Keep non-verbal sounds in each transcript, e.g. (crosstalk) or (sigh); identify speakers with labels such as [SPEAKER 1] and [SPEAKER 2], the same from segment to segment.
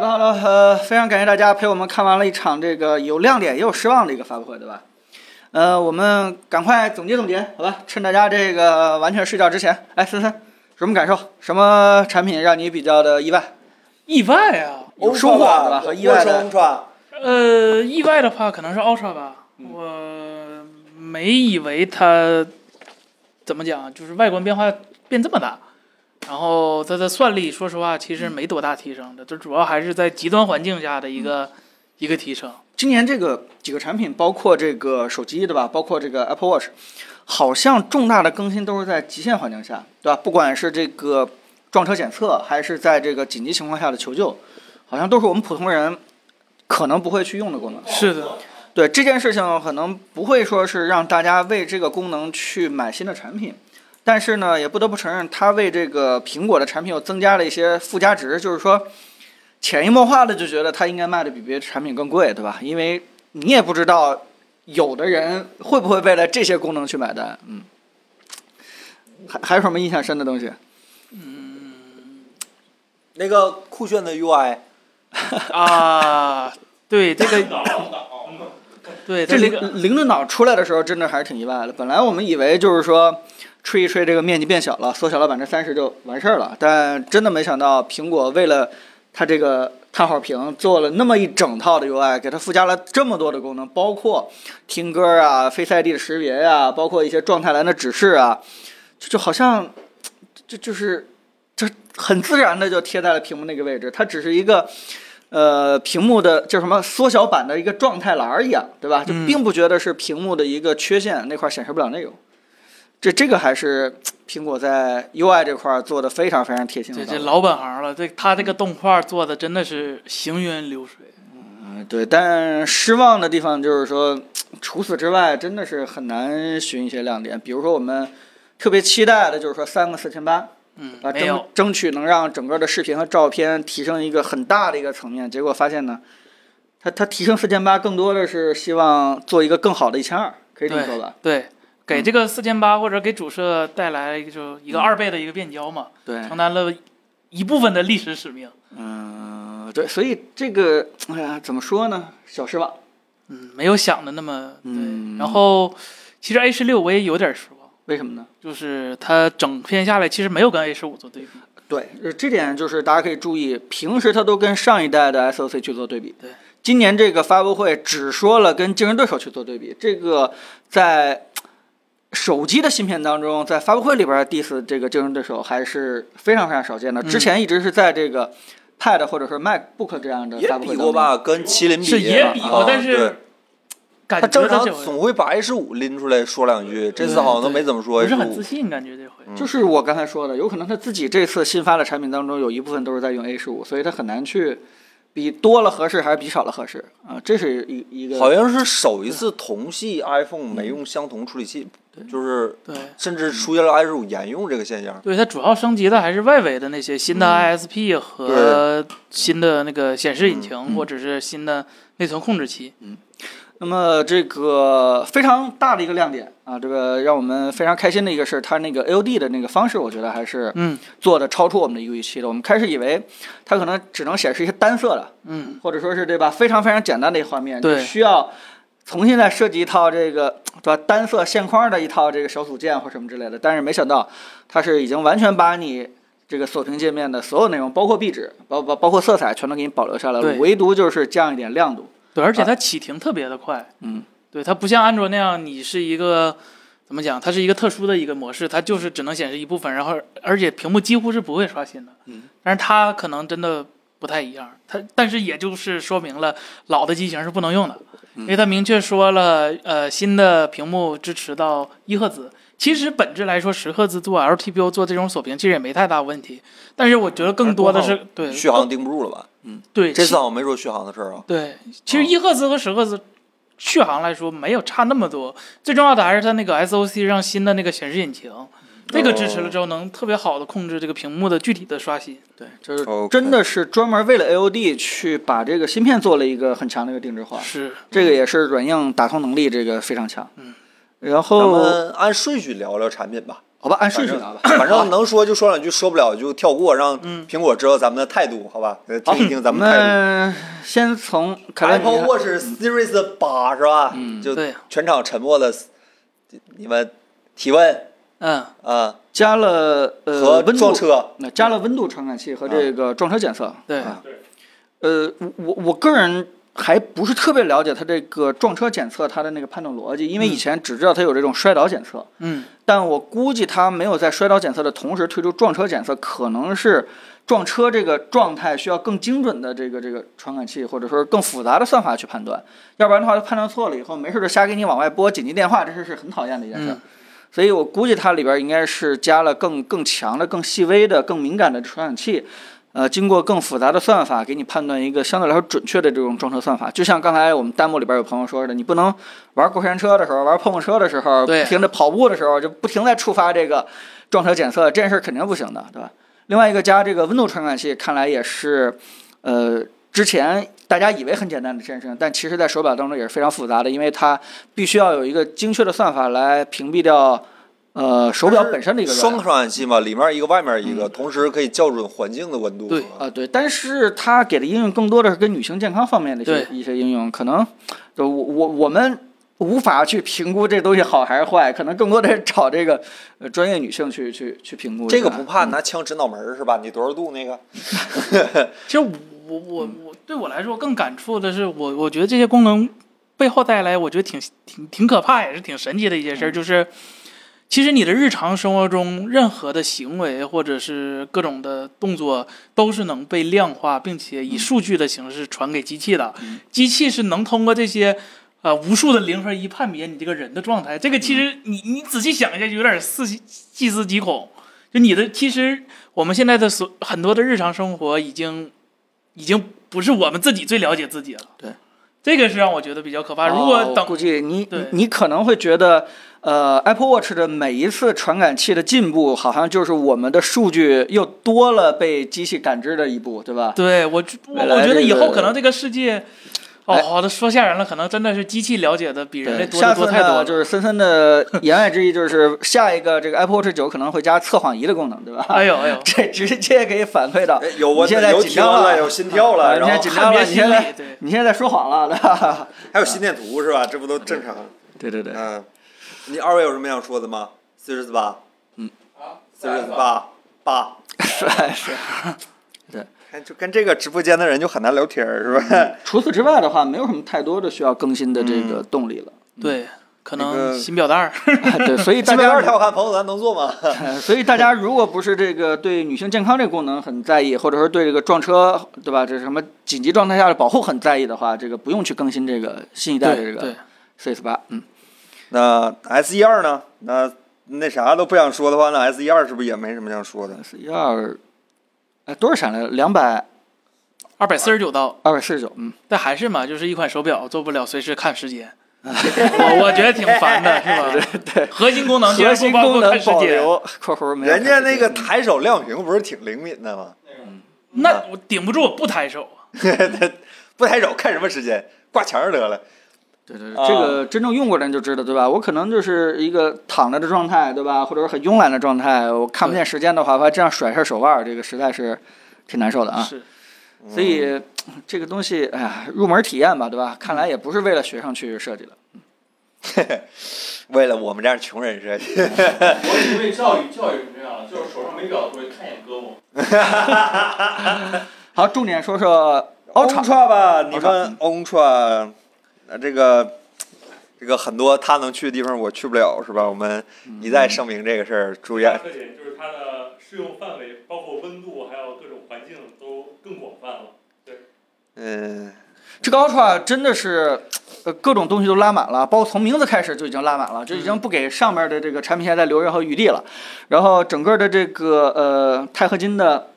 [SPEAKER 1] 了，呃，非常感谢大家陪我们看完了一场这个有亮点也有失望的一个发布会，对吧？呃，我们赶快总结总结，好吧？趁大家这个完全睡觉之前，哎，森森，什么感受？什么产品让你比较的意外？
[SPEAKER 2] 意外啊，
[SPEAKER 1] 有收获对吧？和意外的，
[SPEAKER 3] Ultra
[SPEAKER 2] 呃，意外的话可能是 Ultra 吧，我没以为它怎么讲，就是外观变化变这么大。然后它的算力，说实话，其实没多大提升的，这主要还是在极端环境下的一个、一个提升。
[SPEAKER 1] 今年这个几个产品，包括这个手机，对吧？包括这个 Apple Watch，好像重大的更新都是在极限环境下，对吧？不管是这个撞车检测，还是在这个紧急情况下的求救，好像都是我们普通人可能不会去用的功能。
[SPEAKER 2] 是的，
[SPEAKER 1] 对这件事情，可能不会说是让大家为这个功能去买新的产品，但是呢，也不得不承认，它为这个苹果的产品又增加了一些附加值，就是说，潜移默化的就觉得它应该卖的比别的产品更贵，对吧？因为你也不知道有的人会不会为了这些功能去买单，嗯。还还有什么印象深的东西？
[SPEAKER 3] 那个酷炫的 UI，
[SPEAKER 2] 啊，对这 (laughs) 个，对
[SPEAKER 1] 这
[SPEAKER 2] 它这
[SPEAKER 1] 灵
[SPEAKER 2] 个
[SPEAKER 1] 灵顿岛出来的时候，真的还是挺意外的。本来我们以为就是说吹一吹这个面积变小了，缩小了百分之三十就完事儿了，但真的没想到苹果为了它这个碳号屏做了那么一整套的 UI，给它附加了这么多的功能，包括听歌啊、Face ID 的识别呀、包括一些状态栏的指示啊，就就好像就就是就很自然的就贴在了屏幕那个位置，它只是一个。呃，屏幕的叫什么缩小版的一个状态栏儿一样，对吧？就
[SPEAKER 2] 嗯
[SPEAKER 1] 并不觉得是屏幕的一个缺陷，那块儿显示不了内容。这这个还是苹果在 UI 这块儿做的非常非常贴心的
[SPEAKER 2] 这
[SPEAKER 1] 地
[SPEAKER 2] 这
[SPEAKER 1] 方。
[SPEAKER 2] 老本行了，这他这个动画做的真的是行云流水。
[SPEAKER 1] 嗯，对，但失望的地方就是说，除此之外，真的是很难寻一些亮点。比如说，我们特别期待的就是说三个四千八
[SPEAKER 2] 嗯，
[SPEAKER 1] 啊，
[SPEAKER 2] 没
[SPEAKER 1] 争
[SPEAKER 2] 有，
[SPEAKER 1] 争取能让整个的视频和照片提升一个很大的一个层面。结果发现呢，它它提升四千八，更多的是希望做一个更好的一千二，可以这么说吧？
[SPEAKER 2] 对，给这个四千八或者给主社带来就一个二倍的一个变焦嘛，
[SPEAKER 1] 对
[SPEAKER 2] 承担了一部分的历史使命。
[SPEAKER 1] 嗯、对，所以这个哎呀，怎么说呢？小失望。
[SPEAKER 2] 嗯，没有想的那么对。
[SPEAKER 1] 嗯
[SPEAKER 2] 然后，其实 A 十六我也有点失望，
[SPEAKER 1] 为什么呢？
[SPEAKER 2] 就是它整篇下来其实没有跟 A 十五做对比。
[SPEAKER 1] 对，呃这点就是大家可以注意，平时它都跟上一代的 SOC 去做对比。
[SPEAKER 2] 对，
[SPEAKER 1] 今年这个发布会只说了跟竞争对手去做对比，这个在手机的芯片当中，在发布会里边 diss 这个竞争对手还是非常非常少见的。
[SPEAKER 2] 嗯
[SPEAKER 1] 之前一直是在这个 Pad 或者是 MacBook 这样的
[SPEAKER 3] 也
[SPEAKER 1] 发布会
[SPEAKER 3] 比
[SPEAKER 1] 当
[SPEAKER 3] 过
[SPEAKER 1] 中，
[SPEAKER 3] 吧，跟麒麟比
[SPEAKER 2] 是也比过，
[SPEAKER 3] 啊
[SPEAKER 2] 但
[SPEAKER 3] 对
[SPEAKER 2] 是感
[SPEAKER 3] 他
[SPEAKER 2] 觉
[SPEAKER 3] 正
[SPEAKER 2] 它
[SPEAKER 3] 常
[SPEAKER 2] 这回
[SPEAKER 3] 总会把 H 五拎出来说两句，这次好像都没怎么
[SPEAKER 2] 不
[SPEAKER 3] 说 H
[SPEAKER 2] 是很自
[SPEAKER 3] 五。
[SPEAKER 2] 信，感觉这回。
[SPEAKER 1] 就是我刚才说的，有可能他自己这次新发的产品当中有一部分都是在用 A 十五，所以他很难去比多了合适还是比少了合适啊，这是一一个
[SPEAKER 3] 好像是首一次同系 iPhone 没用相同处理器，就是
[SPEAKER 2] 嗯对，
[SPEAKER 3] 甚至出现了 H 五沿用这个现象。
[SPEAKER 2] 对它主要升级的还是外围的那些新的 ISP 和新的那个显示引
[SPEAKER 1] 嗯
[SPEAKER 2] 擎，或者是新的内存控制器。
[SPEAKER 1] 那么这个非常大的一个亮点啊，这个让我们非常开心的一个是，它那个 AOD 的那个方式，我觉得还是
[SPEAKER 2] 嗯
[SPEAKER 1] 做的超出我们的预期的。我们开始以为它可能只能显示一些单色的，
[SPEAKER 2] 嗯，
[SPEAKER 1] 或者说是对吧，非常非常简单的一个画面，
[SPEAKER 2] 对
[SPEAKER 1] 你需要重新再设计一套这个对吧单色线框的一套这个小组件或什么之类的。但是没想到，它是已经完全把你这个锁屏界面的所有内容，包括壁纸，包包包括色彩，全都给你保留下来了，
[SPEAKER 2] 对
[SPEAKER 1] 唯独就是降一点亮度。
[SPEAKER 2] 对，而且它启停特别的快。
[SPEAKER 1] 嗯，
[SPEAKER 2] 对，它不像安卓那样，你是一个怎么讲？它是一个特殊的一个模式，它就是只能显示一部分，然后而且屏幕几乎是不会刷新的。
[SPEAKER 1] 嗯，
[SPEAKER 2] 但是它可能真的不太一样，它但是也就是说明了老的机型是不能用的，
[SPEAKER 1] 嗯
[SPEAKER 2] 因为它明确说了，呃，新的屏幕支持到一赫兹。其实本质来说，十赫兹做 LTPO 做这种锁屏其实也没太大问题，但是我觉得更多的是对嗯
[SPEAKER 3] 续航盯不住了吧？
[SPEAKER 2] 对
[SPEAKER 3] 这
[SPEAKER 2] 其
[SPEAKER 3] 次好像没说续航的事儿啊。
[SPEAKER 2] 对，其实一赫兹和十赫兹续航来说没有差那么多，最重要的还是它那个 SOC 上新的那个显示引擎，这个支持了之后能特别好的控制这个屏幕的具体的刷新。
[SPEAKER 1] 对，就是
[SPEAKER 3] ，OK
[SPEAKER 1] 真的是专门为了 AOD 去把这个芯片做了一个很强的一个定制化，
[SPEAKER 2] 是，
[SPEAKER 1] 这个也是软硬打通能力这个非常强。
[SPEAKER 2] 嗯，
[SPEAKER 1] 然
[SPEAKER 3] 咱
[SPEAKER 1] 后
[SPEAKER 3] 们按顺序聊聊产品吧。
[SPEAKER 1] 好吧，按顺
[SPEAKER 3] 反
[SPEAKER 1] 序
[SPEAKER 3] 正
[SPEAKER 1] 聊吧。
[SPEAKER 3] 反正能说就说两句，说不了就跳过，让
[SPEAKER 2] 嗯
[SPEAKER 3] 苹果知道咱们的态度，好吧？呃听一听咱
[SPEAKER 1] 咱
[SPEAKER 3] 们态度。
[SPEAKER 1] 们先从凯文
[SPEAKER 3] Apple
[SPEAKER 1] 你
[SPEAKER 3] Watch Series 八是吧？
[SPEAKER 1] 嗯
[SPEAKER 3] 就
[SPEAKER 2] 对
[SPEAKER 3] 全场沉默的，你们提问
[SPEAKER 2] 嗯，
[SPEAKER 3] 啊、
[SPEAKER 1] 加了呃
[SPEAKER 3] 和
[SPEAKER 1] 温
[SPEAKER 3] 撞
[SPEAKER 1] 度，
[SPEAKER 3] 车，啊
[SPEAKER 1] 那加了温度传感器和这个撞车检测。
[SPEAKER 2] 对
[SPEAKER 1] 啊
[SPEAKER 4] 对。
[SPEAKER 1] 呃，我我我个人还不是特别了解它这个撞车检测它的那个判断逻辑，
[SPEAKER 3] 嗯
[SPEAKER 1] 因为以前只知道它有这种摔倒检测，
[SPEAKER 2] 嗯，
[SPEAKER 1] 但我估计它没有在摔倒检测的同时推出撞车检测，可能是撞车这个状态需要更精准的这个这个传感器，或者说更复杂的算法去判断，要不然的话，它判断错了以后，没事就瞎给你往外拨紧急电话，这事是很讨厌的一件事。
[SPEAKER 2] 嗯
[SPEAKER 1] 所以我估计它里边应该是加了更更强的、更细微的、更敏感的传感器，呃，经过更复杂的算法给你判断一个相对来说准确的这种撞车算法。就像刚才我们弹幕里边有朋友说的，你不能玩过山车的时候、玩碰碰车的时候、不
[SPEAKER 2] 对
[SPEAKER 1] 停的跑步的时候，就不停在触发这个撞车检测，这件事儿肯定不行的，对吧？另外一个加这个温度传感器，看来也是，呃，之前大家以为很简单的这件事情，但其实在手表当中也是非常复杂的，因为它必须要有一个精确的算法来屏蔽掉，呃，手表本身的一个
[SPEAKER 3] 双
[SPEAKER 1] 热量
[SPEAKER 3] 传感器嘛，里面一个，外面一个，同时可以校准环境的温度。
[SPEAKER 2] 对
[SPEAKER 1] 啊，对，但是它给的应用更多的是跟女性健康方面的一些
[SPEAKER 2] 对
[SPEAKER 1] 一些应用，可能就我我我们无法去评估这东西好还是坏，可能更多的是找这个呃专业女性去去去评估一下。
[SPEAKER 3] 这个不怕
[SPEAKER 1] 嗯
[SPEAKER 3] 拿枪指脑门儿是吧？你多少度那个？
[SPEAKER 2] 其实我我我我对我来说更感触的是，我我觉得这些功能背后带来，我觉得挺挺挺可怕，也是挺神奇的一件事儿，就是其实你的日常生活中任何的行为或者是各种的动作，都是能被量化，并且以数据的形式传给机器的，
[SPEAKER 1] 嗯
[SPEAKER 2] 机器是能通过这些。呃，无数的零和一判别你这个人的状态，这个其实你你仔细想一下，就有点细细思极恐。就你的，其实我们现在的所很多的日常生活已经已经不是我们自己最了解自己了。
[SPEAKER 1] 对，
[SPEAKER 2] 这个是让我觉得比较可
[SPEAKER 1] 哦
[SPEAKER 2] 怕。啊如果
[SPEAKER 1] 我估
[SPEAKER 2] 等
[SPEAKER 1] 计你
[SPEAKER 2] 对
[SPEAKER 1] 你可能会觉得，呃，Apple Watch 的每一次传感器的进步，好像就是我们的数据又多了被机器感知的一步，对吧？
[SPEAKER 2] (laughs) 对我觉我
[SPEAKER 1] 未来
[SPEAKER 2] 我觉得
[SPEAKER 1] 这
[SPEAKER 2] 以后
[SPEAKER 1] 个
[SPEAKER 2] 可能这个世界，哦，
[SPEAKER 1] 哎
[SPEAKER 2] 好的说吓人了，可能真的是机器了解的比人
[SPEAKER 1] 对，
[SPEAKER 2] 类多
[SPEAKER 1] 下
[SPEAKER 2] 得
[SPEAKER 1] 次
[SPEAKER 2] 多太多
[SPEAKER 1] 呢，
[SPEAKER 2] 了。
[SPEAKER 1] 就是森森的言外之意就是下一个这个 Apple Watch 九可能会加测谎仪的功能，对吧？
[SPEAKER 2] 哎呦哎呦，
[SPEAKER 1] (laughs) 这直接可以反馈到
[SPEAKER 3] 哎，有
[SPEAKER 1] 你
[SPEAKER 3] 温
[SPEAKER 1] 现在
[SPEAKER 3] 有
[SPEAKER 1] 紧
[SPEAKER 3] 体
[SPEAKER 1] 张
[SPEAKER 3] 温
[SPEAKER 1] 了
[SPEAKER 3] 了，有心跳
[SPEAKER 1] 啊
[SPEAKER 3] 了，
[SPEAKER 1] 你
[SPEAKER 3] 然
[SPEAKER 1] 现在紧
[SPEAKER 2] 判
[SPEAKER 3] 后
[SPEAKER 1] 张了，嗯
[SPEAKER 2] 别
[SPEAKER 1] 你
[SPEAKER 2] 心
[SPEAKER 1] 现
[SPEAKER 2] 理
[SPEAKER 1] 在
[SPEAKER 2] 对。
[SPEAKER 1] 你现在说谎了，对吧？ (laughs)
[SPEAKER 3] 还有心电图是吧？这不都正常？
[SPEAKER 1] 对啊对对，
[SPEAKER 3] 嗯，你二位有什么想说的吗？四十八，
[SPEAKER 1] 嗯
[SPEAKER 4] 啊，
[SPEAKER 3] 四十八，八，
[SPEAKER 1] 是是。
[SPEAKER 3] 看就跟这个直播间的人就很难聊天儿是 (laughs) 吧？
[SPEAKER 1] 除此之外的话，没有什么太多的需要更新的
[SPEAKER 2] 嗯
[SPEAKER 1] 这个动力了。 (laughs)
[SPEAKER 2] 对，可
[SPEAKER 3] 那
[SPEAKER 2] 能
[SPEAKER 3] 个
[SPEAKER 2] 新表带儿。
[SPEAKER 1] 对，所以大
[SPEAKER 3] 这边
[SPEAKER 1] 家
[SPEAKER 3] 二条看朋友咱能做吗？
[SPEAKER 1] 呃所以大家如果不是这个对女性健康这个功能很在意，或者说对这个撞车，对吧？这什么紧急状态下的保护很在意的话，这个不用去更新这个新一代的这
[SPEAKER 2] 对
[SPEAKER 1] 个
[SPEAKER 2] 对，
[SPEAKER 1] CS 八。嗯，
[SPEAKER 3] 那 S 一二呢？那那啥都不想说的话，那 S 一二是不是也没什么想说的？
[SPEAKER 1] 四二，哎，多少钱来着？两百
[SPEAKER 2] 二百四十九刀，
[SPEAKER 1] 二百四十九。嗯，
[SPEAKER 2] 但还是嘛，就是一款手表做不了随时看时
[SPEAKER 1] (laughs)
[SPEAKER 2] 间。我我觉得挺烦的，是吧？对，核心功能居
[SPEAKER 1] 核
[SPEAKER 2] 然不
[SPEAKER 1] 心
[SPEAKER 2] 包
[SPEAKER 1] 功
[SPEAKER 2] 括
[SPEAKER 1] 能
[SPEAKER 2] 看时
[SPEAKER 1] 保
[SPEAKER 2] 间，
[SPEAKER 1] 留。（括弧没有
[SPEAKER 3] 人家
[SPEAKER 1] 看时
[SPEAKER 3] 那
[SPEAKER 1] 间
[SPEAKER 3] 个抬手亮屏不是挺灵敏的吗？ (laughs)
[SPEAKER 4] 那个
[SPEAKER 1] 啊
[SPEAKER 2] 那我顶不住，我不抬手啊。
[SPEAKER 3] 不抬手看什么时间？挂墙上得了。
[SPEAKER 1] 对对，
[SPEAKER 3] 啊
[SPEAKER 1] 对，这个真正用过的人就知道，对吧？我可能就是一个躺着的状态，对吧？或者是很慵懒的状态，我看不见时间的话，我还这样甩一下手腕儿，这个实在是挺难受的啊。
[SPEAKER 2] 是，
[SPEAKER 1] 所
[SPEAKER 2] 哦
[SPEAKER 1] 以这个东西，哎呀，入门体验吧，对吧？看来也不是为了学生去设计的。
[SPEAKER 3] 为了我们这样穷人设 (laughs) 计，
[SPEAKER 4] 我已经被教育教育成这样了，就是手上没表的东西看一眼胳膊。
[SPEAKER 1] 好，重点说说 Ultra，
[SPEAKER 2] 哦
[SPEAKER 3] Ultra 吧，你
[SPEAKER 1] Ultra，
[SPEAKER 3] 们 Ultra，呃，这个这个很多他能去的地方我去不了，是吧？我们一再声明这个事儿，注意啊
[SPEAKER 4] (laughs)
[SPEAKER 3] 安。
[SPEAKER 4] 特点就是它的适用范围包括温度，还有各种环境都更广泛了。
[SPEAKER 3] 嗯，
[SPEAKER 1] 这个 Ultra 真的是，呃，各种东西都拉满了，包括从名字开始就已经拉满了，就已经
[SPEAKER 2] 嗯
[SPEAKER 1] 不给上面的这个产品线再留任何余地了。然后整个的这个呃钛合金的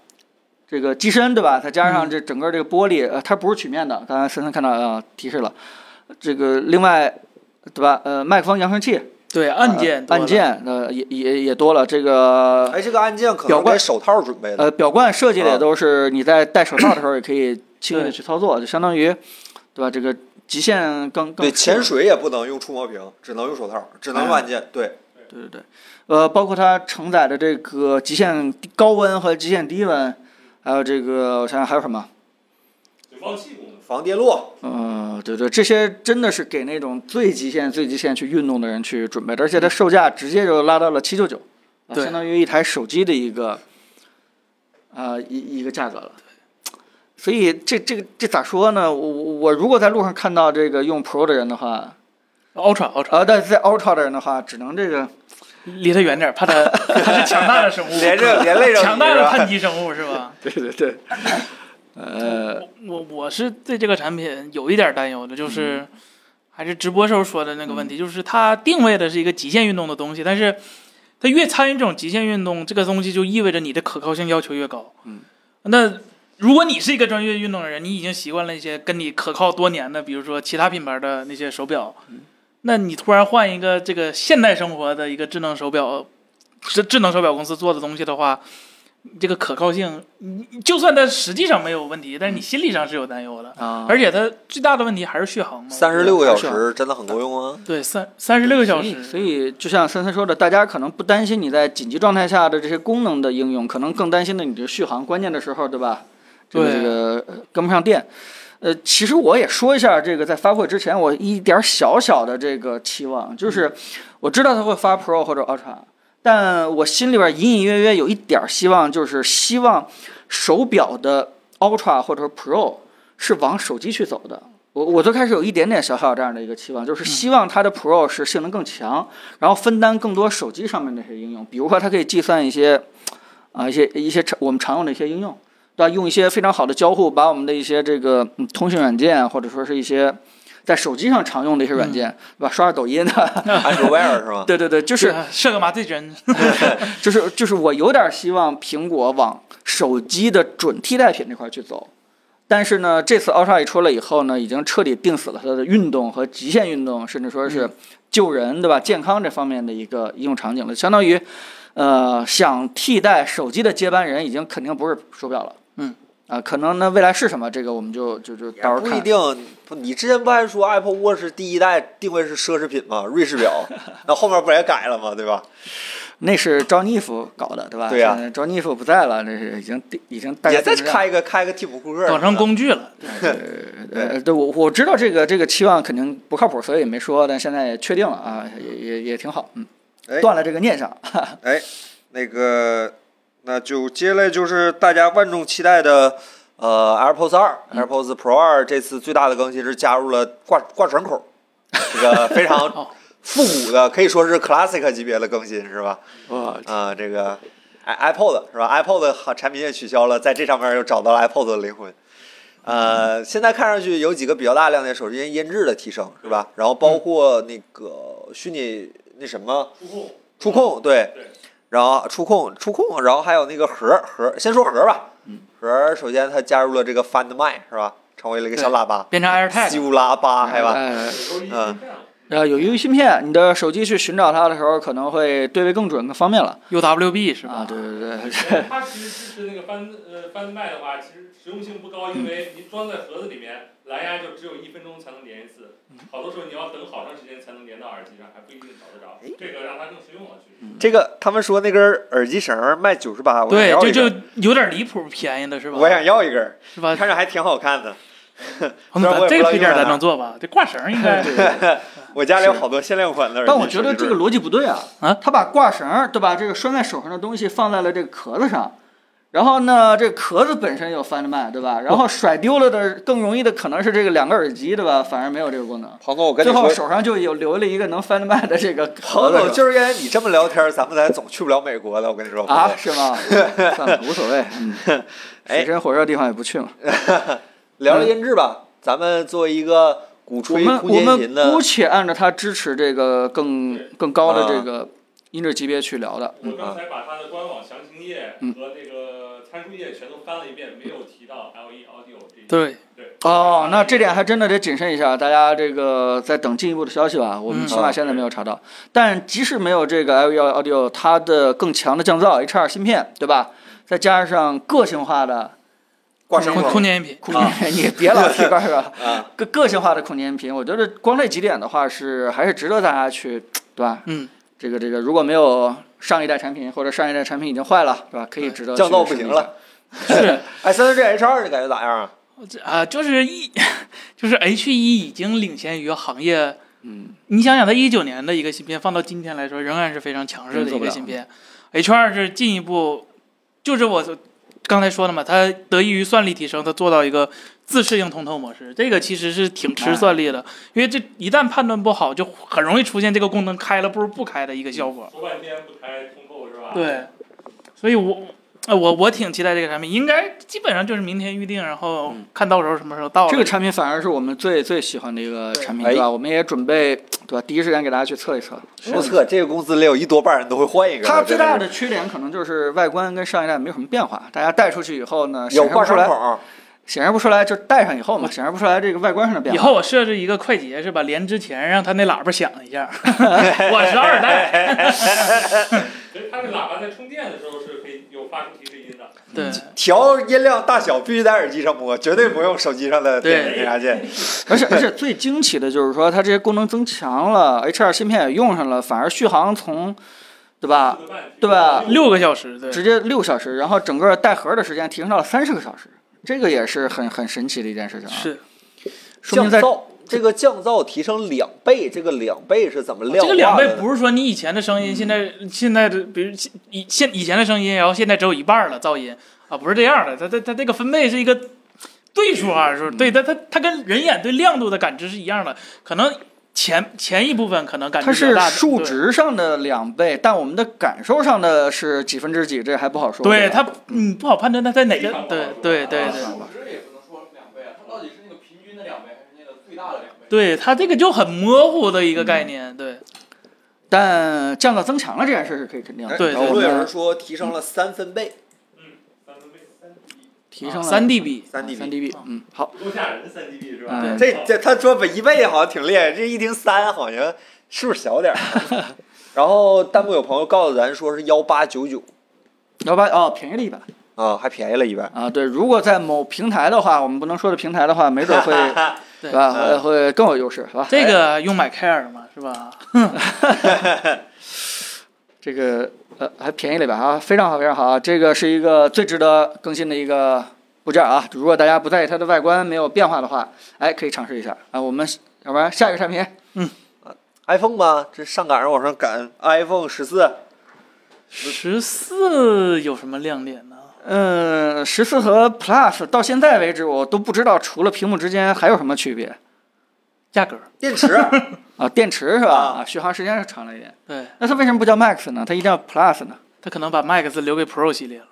[SPEAKER 1] 这个机身，对吧？再加
[SPEAKER 2] 嗯
[SPEAKER 1] 上这整个这个玻璃，呃，它不是曲面的，刚才森森看到呃提示了，这个另外，对吧？呃，麦克风扬声器，
[SPEAKER 2] 对，按键多
[SPEAKER 1] 按
[SPEAKER 2] 了
[SPEAKER 1] 键，呃，也也也多了这个。
[SPEAKER 3] 哎，这个按键可
[SPEAKER 1] 表
[SPEAKER 3] 能
[SPEAKER 1] 冠
[SPEAKER 3] 给手套准备的，
[SPEAKER 1] 呃，表冠设计的也
[SPEAKER 3] 啊
[SPEAKER 1] 都是你在戴手套的时候也可
[SPEAKER 3] (clears throat)
[SPEAKER 1] 以轻易的
[SPEAKER 2] 对
[SPEAKER 1] 去操作，就相当于，对吧？这个极限更更
[SPEAKER 3] 对，
[SPEAKER 1] 适合
[SPEAKER 3] 哎潜水也不能用触摸屏，只能用手套，只能用按键。对，
[SPEAKER 1] 对对对，呃，包括它承载的这个极限高温和极限低温，还有这个我想想还有什么？
[SPEAKER 4] 警报器功能。
[SPEAKER 3] 防跌落，
[SPEAKER 1] 呃，对对，这些真的是给那种最极限、最极限去运动的人去准备的，而且它售价直接就拉到了七九九，啊
[SPEAKER 2] 对
[SPEAKER 1] 相当于一台手机的一个，呃，一一个价格了。所以这这个这咋说呢？我我我如果在路上看到这个用 Pro 的人的话，
[SPEAKER 2] Ultra Ultra，
[SPEAKER 1] 啊，但是在 Ultra 的人的话，只能这个
[SPEAKER 2] 离他远点儿，怕他 (laughs) 他是强大的生物，
[SPEAKER 3] 连着连累着你
[SPEAKER 2] 强大的
[SPEAKER 3] 是吧
[SPEAKER 2] 叛逆生物是吧？
[SPEAKER 1] 对对对， (laughs) 呃，
[SPEAKER 2] 我我我是对这个产品有一点担忧的，就是还是直播时候说的那个问题，就是它定位的是一个极限运动的东西，但是它越参与这种极限运动，这个东西就意味着你的可靠性要求越高。
[SPEAKER 1] 嗯，
[SPEAKER 2] 那如果你是一个专业运动的人，你已经习惯了一些跟你可靠多年的，比如说其他品牌的那些手表，那你突然换一个这个现代生活的一个智能手表，智智能手表公司做的东西的话，这个可靠性，你你就算它实际上没有问题，但是你心理上是有担忧的。
[SPEAKER 1] 啊，
[SPEAKER 2] 而且它最大的问题还是续航嘛。
[SPEAKER 3] 三十六个小时真的很够用 (laughs) 啊。
[SPEAKER 2] 对三三十六个小
[SPEAKER 1] 所以
[SPEAKER 2] 时，
[SPEAKER 1] 所以就像森森说的，大家可能不担心你在紧急状态下的这些功能的应用，可能更担心的你这续航，关键的时候，对吧？这个
[SPEAKER 2] 对
[SPEAKER 1] 这个呃跟不上电。呃，其实我也说一下这个，在发布会之前，我一点小小的这个期望，就是我知道它会发 Pro 或者 Ultra，但我心里边隐隐约约有一点希望，就是希望手表的 Ultra 或者说 Pro 是往手机去走的。我我最开始有一点点小小这样的一个期望，就是希望它的 Pro 是性能更强，然后分担更多手机上面的一些应用，比如说它可以计算一些啊、一些一些常我们常用的一些应用，对吧？用一些非常好的交互，把我们的一些这个、嗯、通讯软件或者说是一些在手机上常用的一些软件，对吧？刷刷抖音的，
[SPEAKER 3] 安卓 Wear 是 (laughs) 吗？
[SPEAKER 1] (laughs) 对对对，就是
[SPEAKER 2] 对啊射个麻醉针，
[SPEAKER 1] 就是就是我有点希望苹果往手机的准替代品这块去走，但是呢，这次 Ultra 一出来以后呢，已经彻底定死了它的运动和极限运动，甚至说是
[SPEAKER 3] 嗯
[SPEAKER 1] 救人对吧、健康这方面的一个应用场景了，相当于。呃，想替代手机的接班人已经肯定不是手表了，
[SPEAKER 2] 嗯，
[SPEAKER 1] 啊，可能呢未来是什么，这个我们就就就到时候
[SPEAKER 3] 不
[SPEAKER 1] 看
[SPEAKER 3] 一。定，不你之前不还说 Apple Watch 第一代定位是奢侈品吗？瑞士 (laughs) 表，那后面不也改了吗？对吧？
[SPEAKER 1] 那是 Johnny Ive 搞的，对吧？
[SPEAKER 3] 对呀
[SPEAKER 1] 现在 Johnny Ive 不在了，那是已经已经大家
[SPEAKER 3] 也再
[SPEAKER 1] 都知道
[SPEAKER 3] 开一个开一个替补库克，
[SPEAKER 2] 搞成工具了。
[SPEAKER 1] 呃，对我我知道这个这个期望肯定不靠谱，所以也没说，但现在也确定了啊，也也也挺好，嗯
[SPEAKER 3] 哎，
[SPEAKER 1] 断了这个念想。 (laughs)
[SPEAKER 3] 哎，那个，那就接下来就是大家万众期待的，呃，AirPods 二、AirPods
[SPEAKER 2] 嗯
[SPEAKER 3] Pro 二这次最大的更新是加入了挂挂绳口，这个非
[SPEAKER 2] (laughs) 哦
[SPEAKER 3] 常复古的，可以说是 classic 级别的更新，是吧？
[SPEAKER 1] 哇，
[SPEAKER 3] 啊、这个 i iPod 是吧？iPod 好产品线取消了，在这上面又找到了 iPod 的灵魂。呃，现在看上去有几个比较大亮点，首先音质的提升是吧？然后
[SPEAKER 2] 嗯
[SPEAKER 3] 包括那个虚拟那什么
[SPEAKER 4] 触控，
[SPEAKER 3] 触控，对，
[SPEAKER 4] 对，
[SPEAKER 3] 然后触控触控，然后还有那个盒儿盒儿，先说盒儿吧。
[SPEAKER 2] 嗯
[SPEAKER 3] 盒儿首先它加入了这个 Find My 是吧？成为了一个小喇叭，
[SPEAKER 2] 变成 AirTag，
[SPEAKER 3] 修拉巴还吧？
[SPEAKER 1] 呃
[SPEAKER 4] 手机
[SPEAKER 3] 嗯
[SPEAKER 1] 呃，有 U 芯片，你的手机去寻找它的时候，可能会对位更准、更方便了
[SPEAKER 2] UWB 是
[SPEAKER 1] 啊。
[SPEAKER 2] 吧？
[SPEAKER 1] 对对对， (laughs)
[SPEAKER 4] 它其实支持那个翻呃翻麦的话，其实实用性不高，因为您装在盒子里面，蓝牙就只有一分钟才能连一次，好多时候你要等好长时间才能连到耳机上，还不一定找得着。这个让它更实用了，其实。
[SPEAKER 1] 嗯
[SPEAKER 3] 这个他们说那根儿耳机绳儿卖九十八，我想
[SPEAKER 2] 对，
[SPEAKER 3] 要
[SPEAKER 2] 这
[SPEAKER 3] 一根
[SPEAKER 2] 就有点离谱便宜了是吧
[SPEAKER 3] 儿，？我想要一根儿，
[SPEAKER 2] 是吧？
[SPEAKER 3] 看着还挺好看的。
[SPEAKER 2] 彭总，
[SPEAKER 3] 虽然
[SPEAKER 2] 咱这个
[SPEAKER 3] 我也不知道
[SPEAKER 2] 推荐
[SPEAKER 3] 用在
[SPEAKER 2] 咱
[SPEAKER 3] 哪
[SPEAKER 2] 能做吧？这挂绳应该 (laughs)
[SPEAKER 3] 我家里有好多限量款的耳机，
[SPEAKER 1] 但我觉得这个逻辑不对啊。
[SPEAKER 2] 啊
[SPEAKER 1] 他把挂绳儿对吧，这个拴在手上的东西放在了这个壳子上，然后呢，这壳子本身有 Find My 对吧？然后甩丢了的更容易的可能是这个两个耳机对吧？反而没有这个功能。
[SPEAKER 3] 庞总，我跟你
[SPEAKER 1] 最后
[SPEAKER 3] 说，
[SPEAKER 1] 手上就有留了一个能 Find My 的这个
[SPEAKER 3] (laughs)
[SPEAKER 1] 壳子
[SPEAKER 3] 庞总
[SPEAKER 1] 是吧。
[SPEAKER 3] 就是因为你这么聊天儿，咱们才总去不了美国的。我跟你说
[SPEAKER 1] 啊，，是
[SPEAKER 3] (laughs)
[SPEAKER 1] 吗？算了，无所谓。嗯，
[SPEAKER 3] 哎
[SPEAKER 1] 水深火热的地方也不去嘛。
[SPEAKER 3] 聊聊音质吧，咱们作为一个鼓
[SPEAKER 1] 我
[SPEAKER 3] 吹
[SPEAKER 1] 们
[SPEAKER 3] 空
[SPEAKER 1] 我
[SPEAKER 3] 间琴
[SPEAKER 1] 们
[SPEAKER 3] 的
[SPEAKER 1] 姑且按照它支持这个更
[SPEAKER 4] 对
[SPEAKER 1] 更高的
[SPEAKER 3] 啊
[SPEAKER 1] 这个音质级别去聊的。
[SPEAKER 4] 我刚才把它的官网详情页
[SPEAKER 1] 嗯
[SPEAKER 4] 和那个参数页全都翻了一遍，没有提到 LE Audio 这一
[SPEAKER 2] 对，
[SPEAKER 4] 对。
[SPEAKER 1] 哦，那这点还真的得谨慎一下，大家这个再等进一步的消息吧。我们
[SPEAKER 2] 嗯
[SPEAKER 1] 起码现在没有查到，但即使没有这个 L1 Audio，它的更强的降噪 H2 芯片，对吧？再加上个性化的
[SPEAKER 3] 挂
[SPEAKER 2] 空
[SPEAKER 3] 绳口
[SPEAKER 2] 空间音频，
[SPEAKER 1] 空间，你别老提高是吧？
[SPEAKER 3] (laughs) 啊，
[SPEAKER 1] 个个性化的空间音频，我觉得光这几点的话是还是值得大家去，对吧？
[SPEAKER 2] 嗯，
[SPEAKER 1] 这个这个如果没有上一代产品或者上一代产品已经坏了，对吧？可以值得
[SPEAKER 3] 嗯降噪
[SPEAKER 1] 去试
[SPEAKER 3] 不行
[SPEAKER 1] 一下
[SPEAKER 3] 了。哎，三三 G H 二你感觉咋样啊？
[SPEAKER 2] 这啊，就是一 (laughs) 就是 H 一已经领先于行业。
[SPEAKER 1] 嗯，
[SPEAKER 2] 你想想，它一九年的一个芯片放到今天来说，仍然是非常强势的一个芯片。H 二是进一步，就是我刚才说的嘛，它得益于算力提升，它做到一个自适应通透模式。这个其实是挺吃算力
[SPEAKER 1] 哎
[SPEAKER 2] 的，因为这一旦判断不好，就很容易出现这个功能开了不如不开的一个效果。
[SPEAKER 4] 说半天不开通透是吧？
[SPEAKER 1] 嗯
[SPEAKER 2] 对，所以我呃我我挺期待这个产品，应该基本上就是明天预定，然后看到时候什么时候到了。
[SPEAKER 1] 嗯这个产品反而是我们最最喜欢的一个
[SPEAKER 2] 对
[SPEAKER 1] 产品，
[SPEAKER 3] 哎
[SPEAKER 1] 对吧？我们也准备对吧？第一时间给大家去测一测。
[SPEAKER 3] 目测这个公司里有一多半人都会换一个。
[SPEAKER 1] 它最大
[SPEAKER 3] 真
[SPEAKER 1] 的缺点可能就是外观跟上一代没有什么变化，大家带出去以后呢，
[SPEAKER 3] 是有
[SPEAKER 1] 显示
[SPEAKER 3] 挂
[SPEAKER 1] 不出
[SPEAKER 3] 伤
[SPEAKER 1] 来，
[SPEAKER 3] 口，
[SPEAKER 1] 显示不出来，就戴上以后嘛，显示不出来这个外观上的变
[SPEAKER 2] 以
[SPEAKER 1] 化。
[SPEAKER 2] 后我设置一个快捷是吧？连之前让它那喇叭响
[SPEAKER 1] (laughs)
[SPEAKER 2] 一下，我是二代。
[SPEAKER 4] 其实它这喇叭在充电的时候是可以有发出提示音的。
[SPEAKER 2] 对，
[SPEAKER 3] 调音量大小必须在耳机上摸，绝对不用手机上的
[SPEAKER 2] 对
[SPEAKER 3] 那啥键。
[SPEAKER 1] 而
[SPEAKER 2] (laughs)
[SPEAKER 1] 且而且最惊奇的就是说，它这些功能增强了，H 2芯片也用上了，反而续航从，对吧？
[SPEAKER 4] 四个半
[SPEAKER 1] 对吧
[SPEAKER 2] 啊六个小时，对，
[SPEAKER 1] 直接六小时，然后整个带盒的时间提升到了三十个小时，这个也是很很神奇的一件事情啊。
[SPEAKER 2] 是
[SPEAKER 1] 说
[SPEAKER 3] 降
[SPEAKER 1] 明在
[SPEAKER 3] 噪这个降噪提升两倍，这个两倍是
[SPEAKER 1] 哦
[SPEAKER 3] 怎么量
[SPEAKER 2] 这
[SPEAKER 3] 化
[SPEAKER 2] 个
[SPEAKER 3] 的
[SPEAKER 2] 两
[SPEAKER 3] 呢？
[SPEAKER 2] 倍不是说你以前的声音，现在
[SPEAKER 1] 嗯
[SPEAKER 2] 现在的，比如以现以前的声音，然后现在只有一半了噪音啊，不是这样的，它它它这个分贝是一个对数啊，是
[SPEAKER 1] 嗯
[SPEAKER 2] 对，它它它跟人眼对亮度的感知是一样的，可能前前一部分可能感知
[SPEAKER 1] 它
[SPEAKER 2] 比较
[SPEAKER 1] 是
[SPEAKER 2] 大，
[SPEAKER 1] 数
[SPEAKER 2] 对
[SPEAKER 1] 值上的两倍，但我们的感受上的是几分之几，这还不好说。
[SPEAKER 2] 对
[SPEAKER 1] 吧
[SPEAKER 2] 它嗯不好判断它在哪
[SPEAKER 4] 非
[SPEAKER 2] 个
[SPEAKER 4] 常，不好
[SPEAKER 2] 对
[SPEAKER 4] 说
[SPEAKER 2] 对对
[SPEAKER 1] 啊对
[SPEAKER 2] 对。
[SPEAKER 5] 值也不能说两倍啊，它到底是那个平均的两倍，还是那个最大的两倍？
[SPEAKER 2] 对它这个就很模糊的一个
[SPEAKER 1] 嗯
[SPEAKER 2] 概念，对
[SPEAKER 1] 但降噪增强了这件事是可以肯定的。
[SPEAKER 2] 对
[SPEAKER 3] 哎然后
[SPEAKER 1] 我
[SPEAKER 3] 论有
[SPEAKER 1] 们
[SPEAKER 3] 人说提升了三分贝，
[SPEAKER 4] 嗯，三分贝，三 dB，
[SPEAKER 1] 提升了
[SPEAKER 2] 三 dB，
[SPEAKER 3] 三 dB。
[SPEAKER 1] dB，嗯，好，
[SPEAKER 4] 够吓人，三 dB 是吧？
[SPEAKER 1] 嗯
[SPEAKER 3] 这这他说本一倍好像挺厉害，这一听三好像数小点儿。啊然后弹幕有朋友告诉咱说是幺八九九
[SPEAKER 1] 幺八哦，便宜了一百
[SPEAKER 3] 啊，还便宜了一半。
[SPEAKER 1] 啊。对，如果在某平台的话，我们不能说的平台的话，没准
[SPEAKER 2] (laughs)
[SPEAKER 1] 会对
[SPEAKER 2] 对
[SPEAKER 1] 吧？会会更有优势，是吧？
[SPEAKER 2] 嗯
[SPEAKER 1] 哎
[SPEAKER 2] 这个用买 care 嘛，是吧？
[SPEAKER 1] 这个呃还便宜了一百啊，非常好，非常好啊！这个是一个最值得更新的一个部件啊。如果大家不在意它的外观没有变化的话，哎，可以尝试一下啊。我们要不然下一个产品
[SPEAKER 3] iPhone 吧，这上赶上往上赶，iPhone 十四
[SPEAKER 2] 十四有什么亮点呢？
[SPEAKER 1] 嗯，十四和 Plus 到现在为止，我都不知道除了屏幕之间还有什么区别
[SPEAKER 2] 价格，
[SPEAKER 3] 电池
[SPEAKER 1] 啊？电池是
[SPEAKER 3] 啊
[SPEAKER 1] 吧？啊，续航时间是长了一点。
[SPEAKER 2] 对
[SPEAKER 1] 那它为什么不叫 Max 呢？它一定要 Plus 呢？
[SPEAKER 2] 他可能把 Max 留给 Pro 系列了。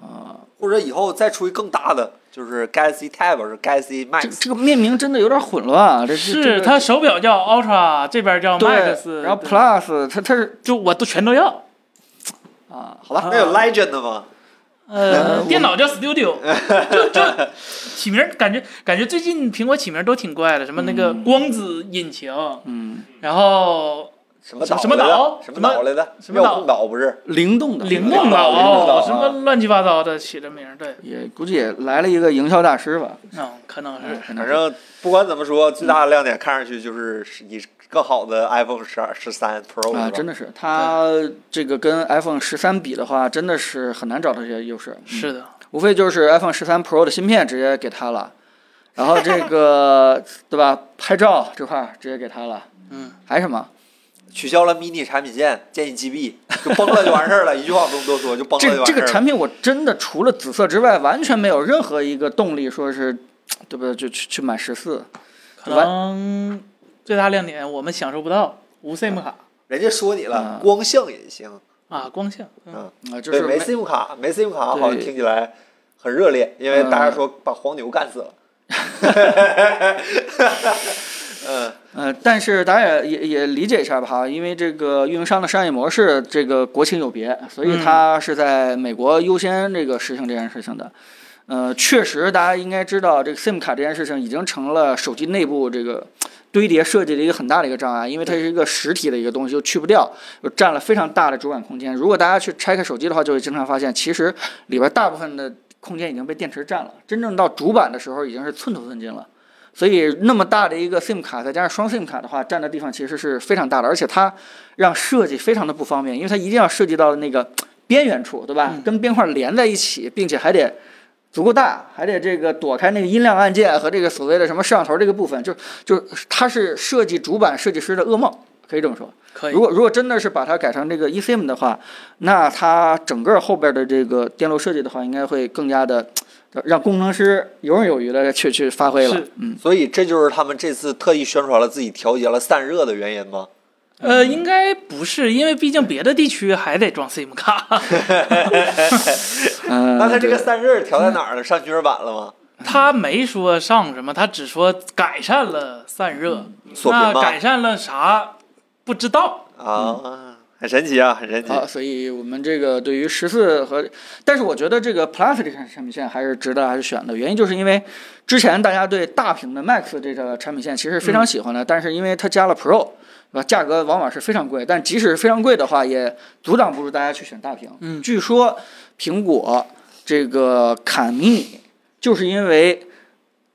[SPEAKER 1] 啊，
[SPEAKER 3] 或者以后再出一更大的，就是 Galaxy Tab 或者 Galaxy
[SPEAKER 1] 这
[SPEAKER 3] Max。
[SPEAKER 1] 这个命名真的有点混乱啊！这这这
[SPEAKER 2] 是，
[SPEAKER 1] 个
[SPEAKER 2] 它手表叫 Ultra，这边叫
[SPEAKER 1] 对，
[SPEAKER 2] Max，
[SPEAKER 1] 然后
[SPEAKER 2] 对
[SPEAKER 1] Plus 它它是
[SPEAKER 2] 就我都全都要。
[SPEAKER 1] 啊，好
[SPEAKER 3] 好
[SPEAKER 1] 吧，
[SPEAKER 3] 吧，那有 Legend 的吗？
[SPEAKER 2] 呃，电脑叫
[SPEAKER 1] (laughs)
[SPEAKER 2] Studio，就就起名儿感觉感觉最近苹果起名儿都挺怪的，什么那个
[SPEAKER 1] 嗯
[SPEAKER 2] 光子引擎，
[SPEAKER 1] 嗯，
[SPEAKER 2] 然后
[SPEAKER 3] 什么岛
[SPEAKER 2] 什么岛
[SPEAKER 3] 什么岛来的？
[SPEAKER 2] 什么岛
[SPEAKER 3] 妙控岛不是？
[SPEAKER 1] 灵动的
[SPEAKER 2] 灵
[SPEAKER 3] 动
[SPEAKER 2] 动哦
[SPEAKER 3] 岛灵动岛啊
[SPEAKER 2] 什么乱七八糟的起的名儿，对，
[SPEAKER 1] 也估计也来了一个营销大师吧，
[SPEAKER 2] 嗯，可能是。
[SPEAKER 1] 可能
[SPEAKER 3] 反
[SPEAKER 1] 是
[SPEAKER 3] 正不管怎么说，最大的亮点看上去就是以更好的 iPhone 十二、十三 Pro
[SPEAKER 1] 啊，真
[SPEAKER 3] 的
[SPEAKER 1] 的是它这个跟 iPhone 十三比的话，真的是很难找到这些优势，嗯
[SPEAKER 2] 是的，
[SPEAKER 1] 无非就是 iPhone 十三 Pro 的芯片直接给它了，然后这个对吧，拍照这块儿直接给它了，
[SPEAKER 2] 嗯，
[SPEAKER 1] 还什么？
[SPEAKER 3] 取消了 mini 产品线，建议击毙，就崩了就完
[SPEAKER 1] (laughs)
[SPEAKER 3] 事儿了，一句话不用多说，就崩了
[SPEAKER 1] 这
[SPEAKER 3] 就完
[SPEAKER 1] 这
[SPEAKER 3] 事儿
[SPEAKER 1] 个
[SPEAKER 3] 了。
[SPEAKER 1] 产品我真的除了紫色之外，完全没有任何一个动力说是，对不对？就去去买十四，
[SPEAKER 2] 可能最大亮点我们享受不到无 SIM 卡
[SPEAKER 3] 人家说你了
[SPEAKER 1] 嗯，
[SPEAKER 3] 光像也行，
[SPEAKER 2] 啊，光像，嗯，
[SPEAKER 1] 啊，就
[SPEAKER 3] 对，
[SPEAKER 1] 是没
[SPEAKER 3] 没 SIM 卡，没 SIM 卡好像
[SPEAKER 1] 对嗯
[SPEAKER 3] 听起来很热烈，因为大家说把黄牛干死了。嗯，
[SPEAKER 1] 呃，但是大家也也也理解一下吧哈，因为这个运营商的商业模式，这个国情有别，所以
[SPEAKER 2] 嗯
[SPEAKER 1] 它是在美国优先这个实行这件事情的。呃，确实，大家应该知道，这个 SIM 卡这件事情已经成了手机内部这个堆叠设计的一个很大的一个障碍，因为它是一个实体的一个东西，就去不掉，就占了非常大的主板空间。如果大家去拆开手机的话，就会经常发现，其实里边大部分的空间已经被电池占了，真正到主板的时候已经是寸土寸金了。所以那么大的一个 SIM 卡，再加上双 SIM 卡的话，占的地方其实是非常大的，而且它让设计非常的不方便，因为它一定要涉及到那个边缘处，对吧
[SPEAKER 2] 嗯？
[SPEAKER 1] 跟边框连在一起，并且还得足够大，还得这个躲开那个音量按键和这个所谓的什么摄像头这个部分，就就它是设计主板设计师的噩梦，可以这么说。
[SPEAKER 2] 可以
[SPEAKER 1] 如。果如果真的是把它改成这个 eSIM 的话，那它整个后边的这个电路设计的话，应该会更加的让工程师游刃有余的去去发挥了
[SPEAKER 2] 是。
[SPEAKER 1] 嗯，
[SPEAKER 3] 所以这就是他们这次特意宣传了自己调节了散热的原因吗？
[SPEAKER 2] 呃，应该不是，因为毕竟别的地区还得装 SIM 卡， (laughs)
[SPEAKER 3] (laughs)
[SPEAKER 1] 呃，
[SPEAKER 3] 那它这个
[SPEAKER 1] 对
[SPEAKER 3] 散热调在哪儿了？上军儿版了吗？
[SPEAKER 2] 他没说上什么，他只说改善了散热，
[SPEAKER 3] 锁屏
[SPEAKER 2] 那
[SPEAKER 3] 吗
[SPEAKER 2] 改？善了啥不知道。
[SPEAKER 3] 啊，很神奇啊，很神奇。
[SPEAKER 1] 嗯好，所以我们这个对于十四和，但是我觉得这个 Plus 这款产品线还是值得还是选的，原因就是因为之前大家对大屏的 Max 这个产品线其实非
[SPEAKER 3] 嗯
[SPEAKER 1] 常喜欢的，但是因为它加了 Pro，对吧？价格往往是非常贵，但即使是非常贵的话，也阻挡不住大家去选大屏。
[SPEAKER 2] 嗯
[SPEAKER 1] 据说苹果这个砍迷你，就是因为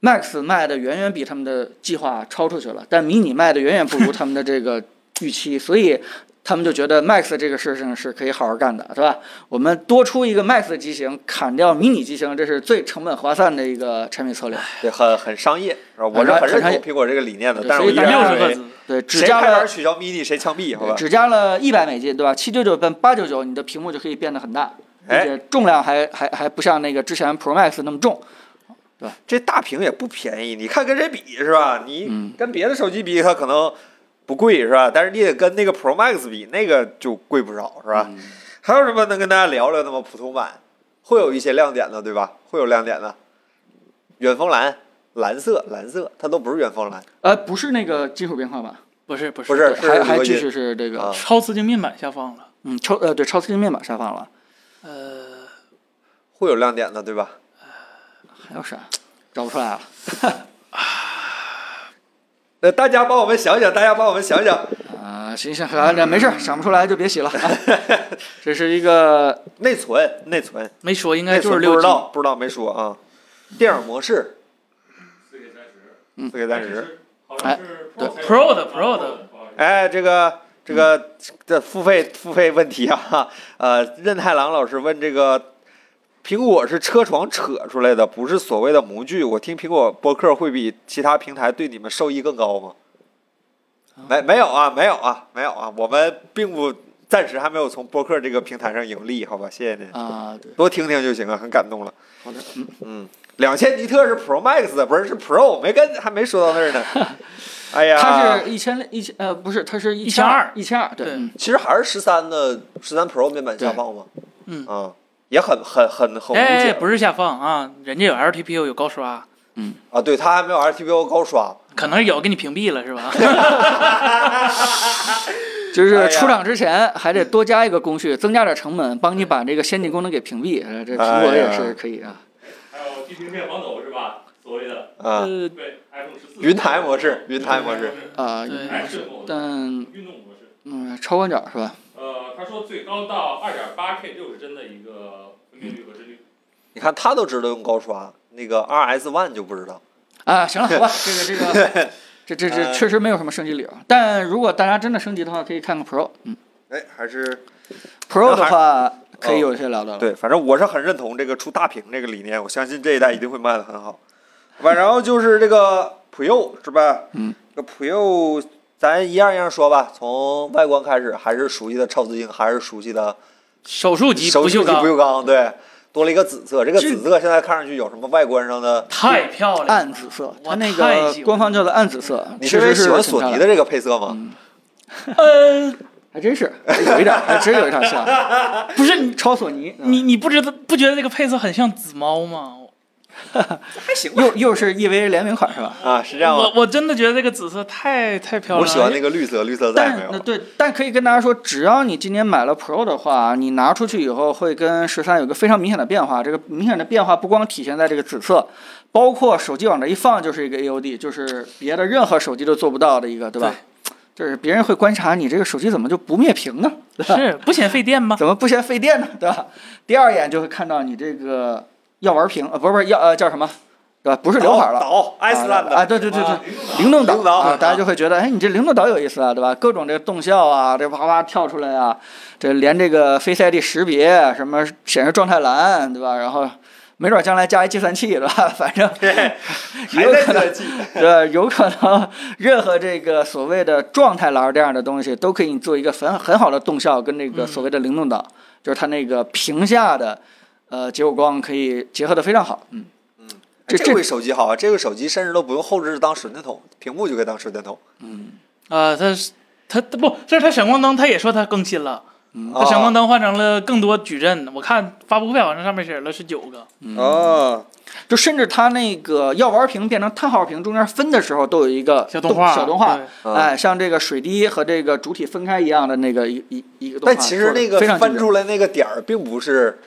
[SPEAKER 1] Max 卖的远远比他们的计划超出去了，但迷你卖的远远不如他们的这个预期，所以他们就觉得 Max 这个事情是可以好好干的，是吧？我们多出一个 Max 的机型，砍掉迷你机型，这是最成本划算的一个产品策略。
[SPEAKER 3] 对，很很商业，是吧我是
[SPEAKER 1] 很
[SPEAKER 3] 很认
[SPEAKER 1] 商
[SPEAKER 3] 同
[SPEAKER 1] 业
[SPEAKER 3] 苹果这个理念的，
[SPEAKER 1] 对
[SPEAKER 3] 但是我
[SPEAKER 1] 所以
[SPEAKER 3] 依
[SPEAKER 1] 大家
[SPEAKER 2] 六
[SPEAKER 3] 然
[SPEAKER 2] 十
[SPEAKER 3] 认
[SPEAKER 2] 赫
[SPEAKER 3] 为，
[SPEAKER 2] 兹，
[SPEAKER 1] 对，只
[SPEAKER 3] 谁
[SPEAKER 1] 加
[SPEAKER 3] 开
[SPEAKER 1] 了
[SPEAKER 3] 源取消 mini 谁枪毙，好吧
[SPEAKER 1] 对？只加了一百美金，对吧？七九九变八九九，你的屏幕就可以变得很大，并
[SPEAKER 3] 哎，
[SPEAKER 1] 且重量还还还不像那个之前 Pro Max 那么重。
[SPEAKER 3] 这大屏也不便宜，你看跟谁比是吧？你
[SPEAKER 1] 嗯
[SPEAKER 3] 跟别的手机比，它可能不贵是吧？但是你得跟那个 Pro Max 比，那个就贵不少是
[SPEAKER 2] 嗯
[SPEAKER 3] 吧？还有什么能跟大家聊聊的吗？普通版会有一些亮点的，对吧？会有亮点的，远峰蓝。蓝色，蓝色，它都不是远峰蓝，
[SPEAKER 1] 呃，不是那个金属边框吧？
[SPEAKER 2] 不是不是
[SPEAKER 3] 不是是
[SPEAKER 1] 还还
[SPEAKER 3] 铝合金
[SPEAKER 1] 继续是这个，
[SPEAKER 3] 啊
[SPEAKER 2] 超磁晶面板下放了，
[SPEAKER 1] 嗯，超呃对超磁性面板下放了，
[SPEAKER 2] 呃，
[SPEAKER 3] 会有亮点的，对吧？
[SPEAKER 1] 还有啥？找不出来了。
[SPEAKER 3] 那大家帮我们想想，大家帮我们想想，
[SPEAKER 1] 啊、行行，好那没事儿，想不出来就别洗了。啊、这是一个
[SPEAKER 3] 内存，内存，
[SPEAKER 2] 没说应该
[SPEAKER 3] 内
[SPEAKER 2] 就是
[SPEAKER 3] 存
[SPEAKER 2] 六
[SPEAKER 3] 不
[SPEAKER 2] G，
[SPEAKER 3] 知道，不知道没说啊。电影模式
[SPEAKER 4] 四 K 三十，
[SPEAKER 2] 嗯
[SPEAKER 3] 四 K 三十，
[SPEAKER 4] 是好像是
[SPEAKER 1] 对
[SPEAKER 4] Pro 才
[SPEAKER 2] Pro 的
[SPEAKER 4] 有啊
[SPEAKER 2] 哎 Pro 的
[SPEAKER 4] 不好意思
[SPEAKER 3] 哎，这个这个这付费付费问题啊， (laughs) 呃，任太郎老师问这个，苹果是车床扯出来的，不是所谓的模具。我听苹果博客会比其他平台对你们受益更高吗？没没有啊，没有啊，没有啊，我们并不暂时还没有从博客这个平台上盈利，好吧？谢谢您，
[SPEAKER 1] 啊、对，
[SPEAKER 3] 多听听就行啊，很感动了。
[SPEAKER 1] 好的，嗯，
[SPEAKER 3] 嗯，两千尼特是 Pro Max 的，不是是 Pro，没跟还没说到那
[SPEAKER 1] (laughs)
[SPEAKER 3] 儿呢。哎呀，
[SPEAKER 1] 它是一千一千呃不是，它是一二一千二，对，
[SPEAKER 2] 对
[SPEAKER 1] 嗯
[SPEAKER 3] 其实还是十三的十三 Pro 面板下放吗？
[SPEAKER 2] 嗯
[SPEAKER 3] 啊，也很很很很无
[SPEAKER 2] 哎，
[SPEAKER 3] 解
[SPEAKER 2] 不是下放啊，人家有 LTPO 有高刷，
[SPEAKER 3] 啊。对，它还没有 RTPO 高刷，
[SPEAKER 2] 可能有给你屏蔽了是
[SPEAKER 3] (laughs)
[SPEAKER 2] 吧？
[SPEAKER 1] 就是出
[SPEAKER 3] 哎呀
[SPEAKER 1] 厂之前还得多加一个工序，增加点成本，帮你把这个先进功能给屏蔽。呃，这苹果
[SPEAKER 3] 哎呀
[SPEAKER 1] 也是可以啊。
[SPEAKER 4] 还有地平线防抖是吧？所谓的
[SPEAKER 3] 啊，
[SPEAKER 2] 呃，
[SPEAKER 4] 对 iPhone 十四
[SPEAKER 3] 云台模式，云台模式，
[SPEAKER 1] 啊、
[SPEAKER 2] 对
[SPEAKER 4] 还是模式
[SPEAKER 1] 但
[SPEAKER 4] 运动模式。
[SPEAKER 1] 嗯，超广角是吧？
[SPEAKER 4] 呃，他说最高到二点八 K 六十帧的一个分辨率和帧率。
[SPEAKER 3] 你看它都知道用高刷，那个 RS One 就不知道。
[SPEAKER 1] 啊，行
[SPEAKER 3] (laughs)
[SPEAKER 1] 了，好吧，这个这个，这这
[SPEAKER 3] 呃
[SPEAKER 1] 这确实没有什么升级理由。但如果大家真的升级的话，可以看看 Pro，嗯
[SPEAKER 3] 哎，还是
[SPEAKER 1] ，Pro 的
[SPEAKER 3] 还哦
[SPEAKER 1] 话可以有些聊到了。
[SPEAKER 3] 对，反正我是很认同这个出大屏这个理念，我相信这一代一定会卖的很好。完，然后就是这个普佑是吧？
[SPEAKER 1] 嗯，
[SPEAKER 3] 这普佑咱一样一样说吧，从外观开始，还是熟悉的超磁性，还是熟悉的
[SPEAKER 2] 手术级
[SPEAKER 3] 手
[SPEAKER 2] 不
[SPEAKER 3] 机
[SPEAKER 2] 锈钢
[SPEAKER 3] 不锈钢，对，多了一个紫色。这个
[SPEAKER 2] 这
[SPEAKER 3] 紫色现在看上去有什么外观上的？
[SPEAKER 2] 太漂亮了，
[SPEAKER 1] 暗紫色，它
[SPEAKER 2] 我
[SPEAKER 1] 那
[SPEAKER 2] 太
[SPEAKER 1] 个
[SPEAKER 2] 喜欢
[SPEAKER 1] 官方叫做暗紫色，
[SPEAKER 3] 你
[SPEAKER 1] 确
[SPEAKER 3] 是因为
[SPEAKER 1] 实是
[SPEAKER 3] 喜欢
[SPEAKER 1] 挺
[SPEAKER 3] 索
[SPEAKER 1] 漂
[SPEAKER 3] 尼
[SPEAKER 1] 亮嗯
[SPEAKER 3] 的这个配色吗？
[SPEAKER 2] 呃，
[SPEAKER 1] 还真是有一点儿，还真有一点儿
[SPEAKER 3] (laughs)
[SPEAKER 1] 像，
[SPEAKER 2] 不是你
[SPEAKER 1] 超索尼。嗯
[SPEAKER 2] 你你不知道不觉得这个配色很像紫猫吗？
[SPEAKER 1] 又又是 EVA 联名款是吧？
[SPEAKER 3] 啊，是这样
[SPEAKER 2] 我
[SPEAKER 3] 吗？
[SPEAKER 2] 我真的觉得这个紫色太太漂亮
[SPEAKER 3] 我
[SPEAKER 2] 了，
[SPEAKER 3] 喜欢那个绿色，绿色再也没有
[SPEAKER 1] 但那
[SPEAKER 3] 了。
[SPEAKER 1] 对，但可以跟大家说，只要你今年买了 Pro 的话，你拿出去以后会跟十三有个非常明显的变化。这个明显的变化不光体现在这个紫色，包括手机往这一放就是一个 AOD，就是别的任何手机都做不到的一个，对吧？就是别人会观察你这个手机怎么就不灭屏呢？
[SPEAKER 2] 是啊不显费电
[SPEAKER 3] (laughs)
[SPEAKER 2] 吗？
[SPEAKER 1] 怎么不嫌费电呢？对吧？第二眼就会看到你这个药丸屏，呃，不是不是药呃叫什么？对吧？不
[SPEAKER 3] 哦
[SPEAKER 1] 是刘海了，
[SPEAKER 3] 岛，爱斯兰
[SPEAKER 1] 啊，
[SPEAKER 3] 的，
[SPEAKER 1] 对对对对，
[SPEAKER 4] 灵动岛
[SPEAKER 1] 灵动岛
[SPEAKER 3] 灵动岛
[SPEAKER 1] 啊，
[SPEAKER 3] 嗯
[SPEAKER 1] 大家就会觉得，哎，你这灵动岛有意思啊，对吧？各种这个动效啊，这啪啪跳出来啊，这连这个非赛地识别，什么显示状态栏，对吧？然后没准将来加一计算器，对吧？ (laughs) 反正
[SPEAKER 3] 还在设计，
[SPEAKER 1] 对，有可能任何这个所谓的状态栏这样的东西，都可以做一个很很好的动效，跟那个
[SPEAKER 2] 嗯
[SPEAKER 1] 所谓的灵动岛，就是它那个屏下的呃结果光可以结合的非常好，嗯。这
[SPEAKER 3] 这
[SPEAKER 1] 这
[SPEAKER 3] 这回手机好啊，这个手机甚至都不用后置当手电筒，屏幕就可以当手电筒。
[SPEAKER 2] 啊，
[SPEAKER 3] 呃
[SPEAKER 2] 它是它它不，这是它闪光灯，它也说它更新了，它
[SPEAKER 1] 嗯
[SPEAKER 3] 啊
[SPEAKER 2] 闪光灯换成了更多矩阵。我看发布会好像上面写了是九个，
[SPEAKER 1] 嗯
[SPEAKER 3] 哦，
[SPEAKER 1] 就甚至它那个药丸屏变成叹号屏中间分的时候，都有一个
[SPEAKER 2] 小
[SPEAKER 1] 动
[SPEAKER 2] 动画，
[SPEAKER 1] 小动画
[SPEAKER 2] 对，
[SPEAKER 3] 啊
[SPEAKER 1] 哎，像这个水滴和这个主体分开一样的那个一一一个动画做的。
[SPEAKER 3] 但其实那个
[SPEAKER 1] 非常
[SPEAKER 3] 翻
[SPEAKER 1] 精致
[SPEAKER 3] 出来那个点儿并不是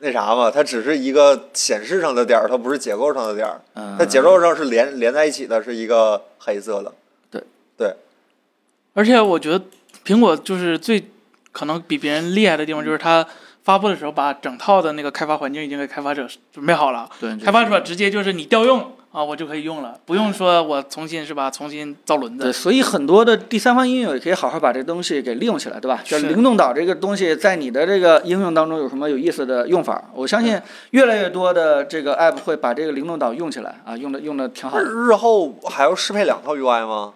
[SPEAKER 3] 那啥嘛，它只是一个显示上的点儿，它不是结构上的点儿。
[SPEAKER 1] 嗯
[SPEAKER 3] 它结构上是连连在一起的，是一个黑色的。
[SPEAKER 2] 而且我觉得苹果就是最可能比别人厉害的地方，就是它发布的时候把整套的那个开发环境已经给开发者准备好了，
[SPEAKER 1] 对
[SPEAKER 2] 开发者
[SPEAKER 1] 就是
[SPEAKER 2] 直接就是你调用啊，我就可以用了，不用说我重新是吧，重新造轮
[SPEAKER 1] 对，
[SPEAKER 2] 子。
[SPEAKER 1] 所以很多的第三方应用也可以好好把这东西给利用起来，对吧？就是灵动岛这个东西在你的这个应用当中有什么有意思的用法？我相信越来越多的这个 app 会把这个灵动岛用起来啊，用的用的挺好
[SPEAKER 3] 那
[SPEAKER 1] 的。
[SPEAKER 3] 日后还要适配两套 UI 吗？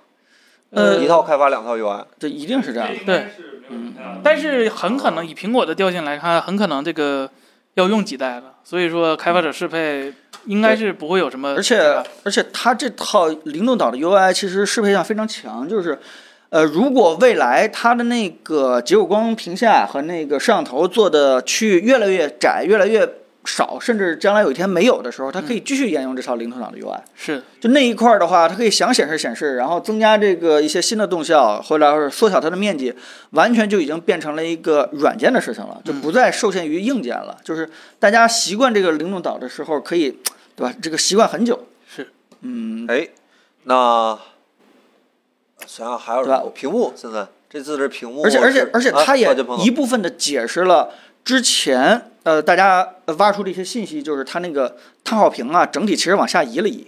[SPEAKER 1] 呃
[SPEAKER 3] 一套开发两套 UI。
[SPEAKER 1] 对，一定
[SPEAKER 2] 嗯
[SPEAKER 1] 是这样的。
[SPEAKER 4] 应该是没有什么太大的问题
[SPEAKER 2] 但是很可能以苹果的调性来看，很可能这个要用几代了，所以说开发者适配应该是不会有什么。
[SPEAKER 1] 而且而且它这套灵动岛的 UI 其实适配性非常强，就是，呃，如果未来它的那个结构光屏下和那个摄像头做的区域越来越窄、越来越少，甚至将来有一天没有的时候，它可以继续沿用这套灵动岛的 UI。
[SPEAKER 2] 是
[SPEAKER 1] 就那一块儿的话，它可以想显示显示，然后增加这个一些新的动效，或者是缩小它的面积，完全就已经变成了一个软件的事情了，就不再受限于硬件了。就是大家习惯这个灵动岛的时候，可以，对吧？这个习惯很久。
[SPEAKER 2] 是，
[SPEAKER 1] 嗯，
[SPEAKER 3] 哎，那想想还有什
[SPEAKER 1] 对
[SPEAKER 3] 么
[SPEAKER 1] 吧？
[SPEAKER 3] 屏幕现在这次是屏幕
[SPEAKER 1] 而
[SPEAKER 3] 是，
[SPEAKER 1] 且而且而且，
[SPEAKER 3] 啊
[SPEAKER 1] 它也
[SPEAKER 3] 抱歉彭总
[SPEAKER 1] 一部分的解释了之前呃大家呃挖出的一些信息，就是它那个碳化屏啊，整体其实往下移了移。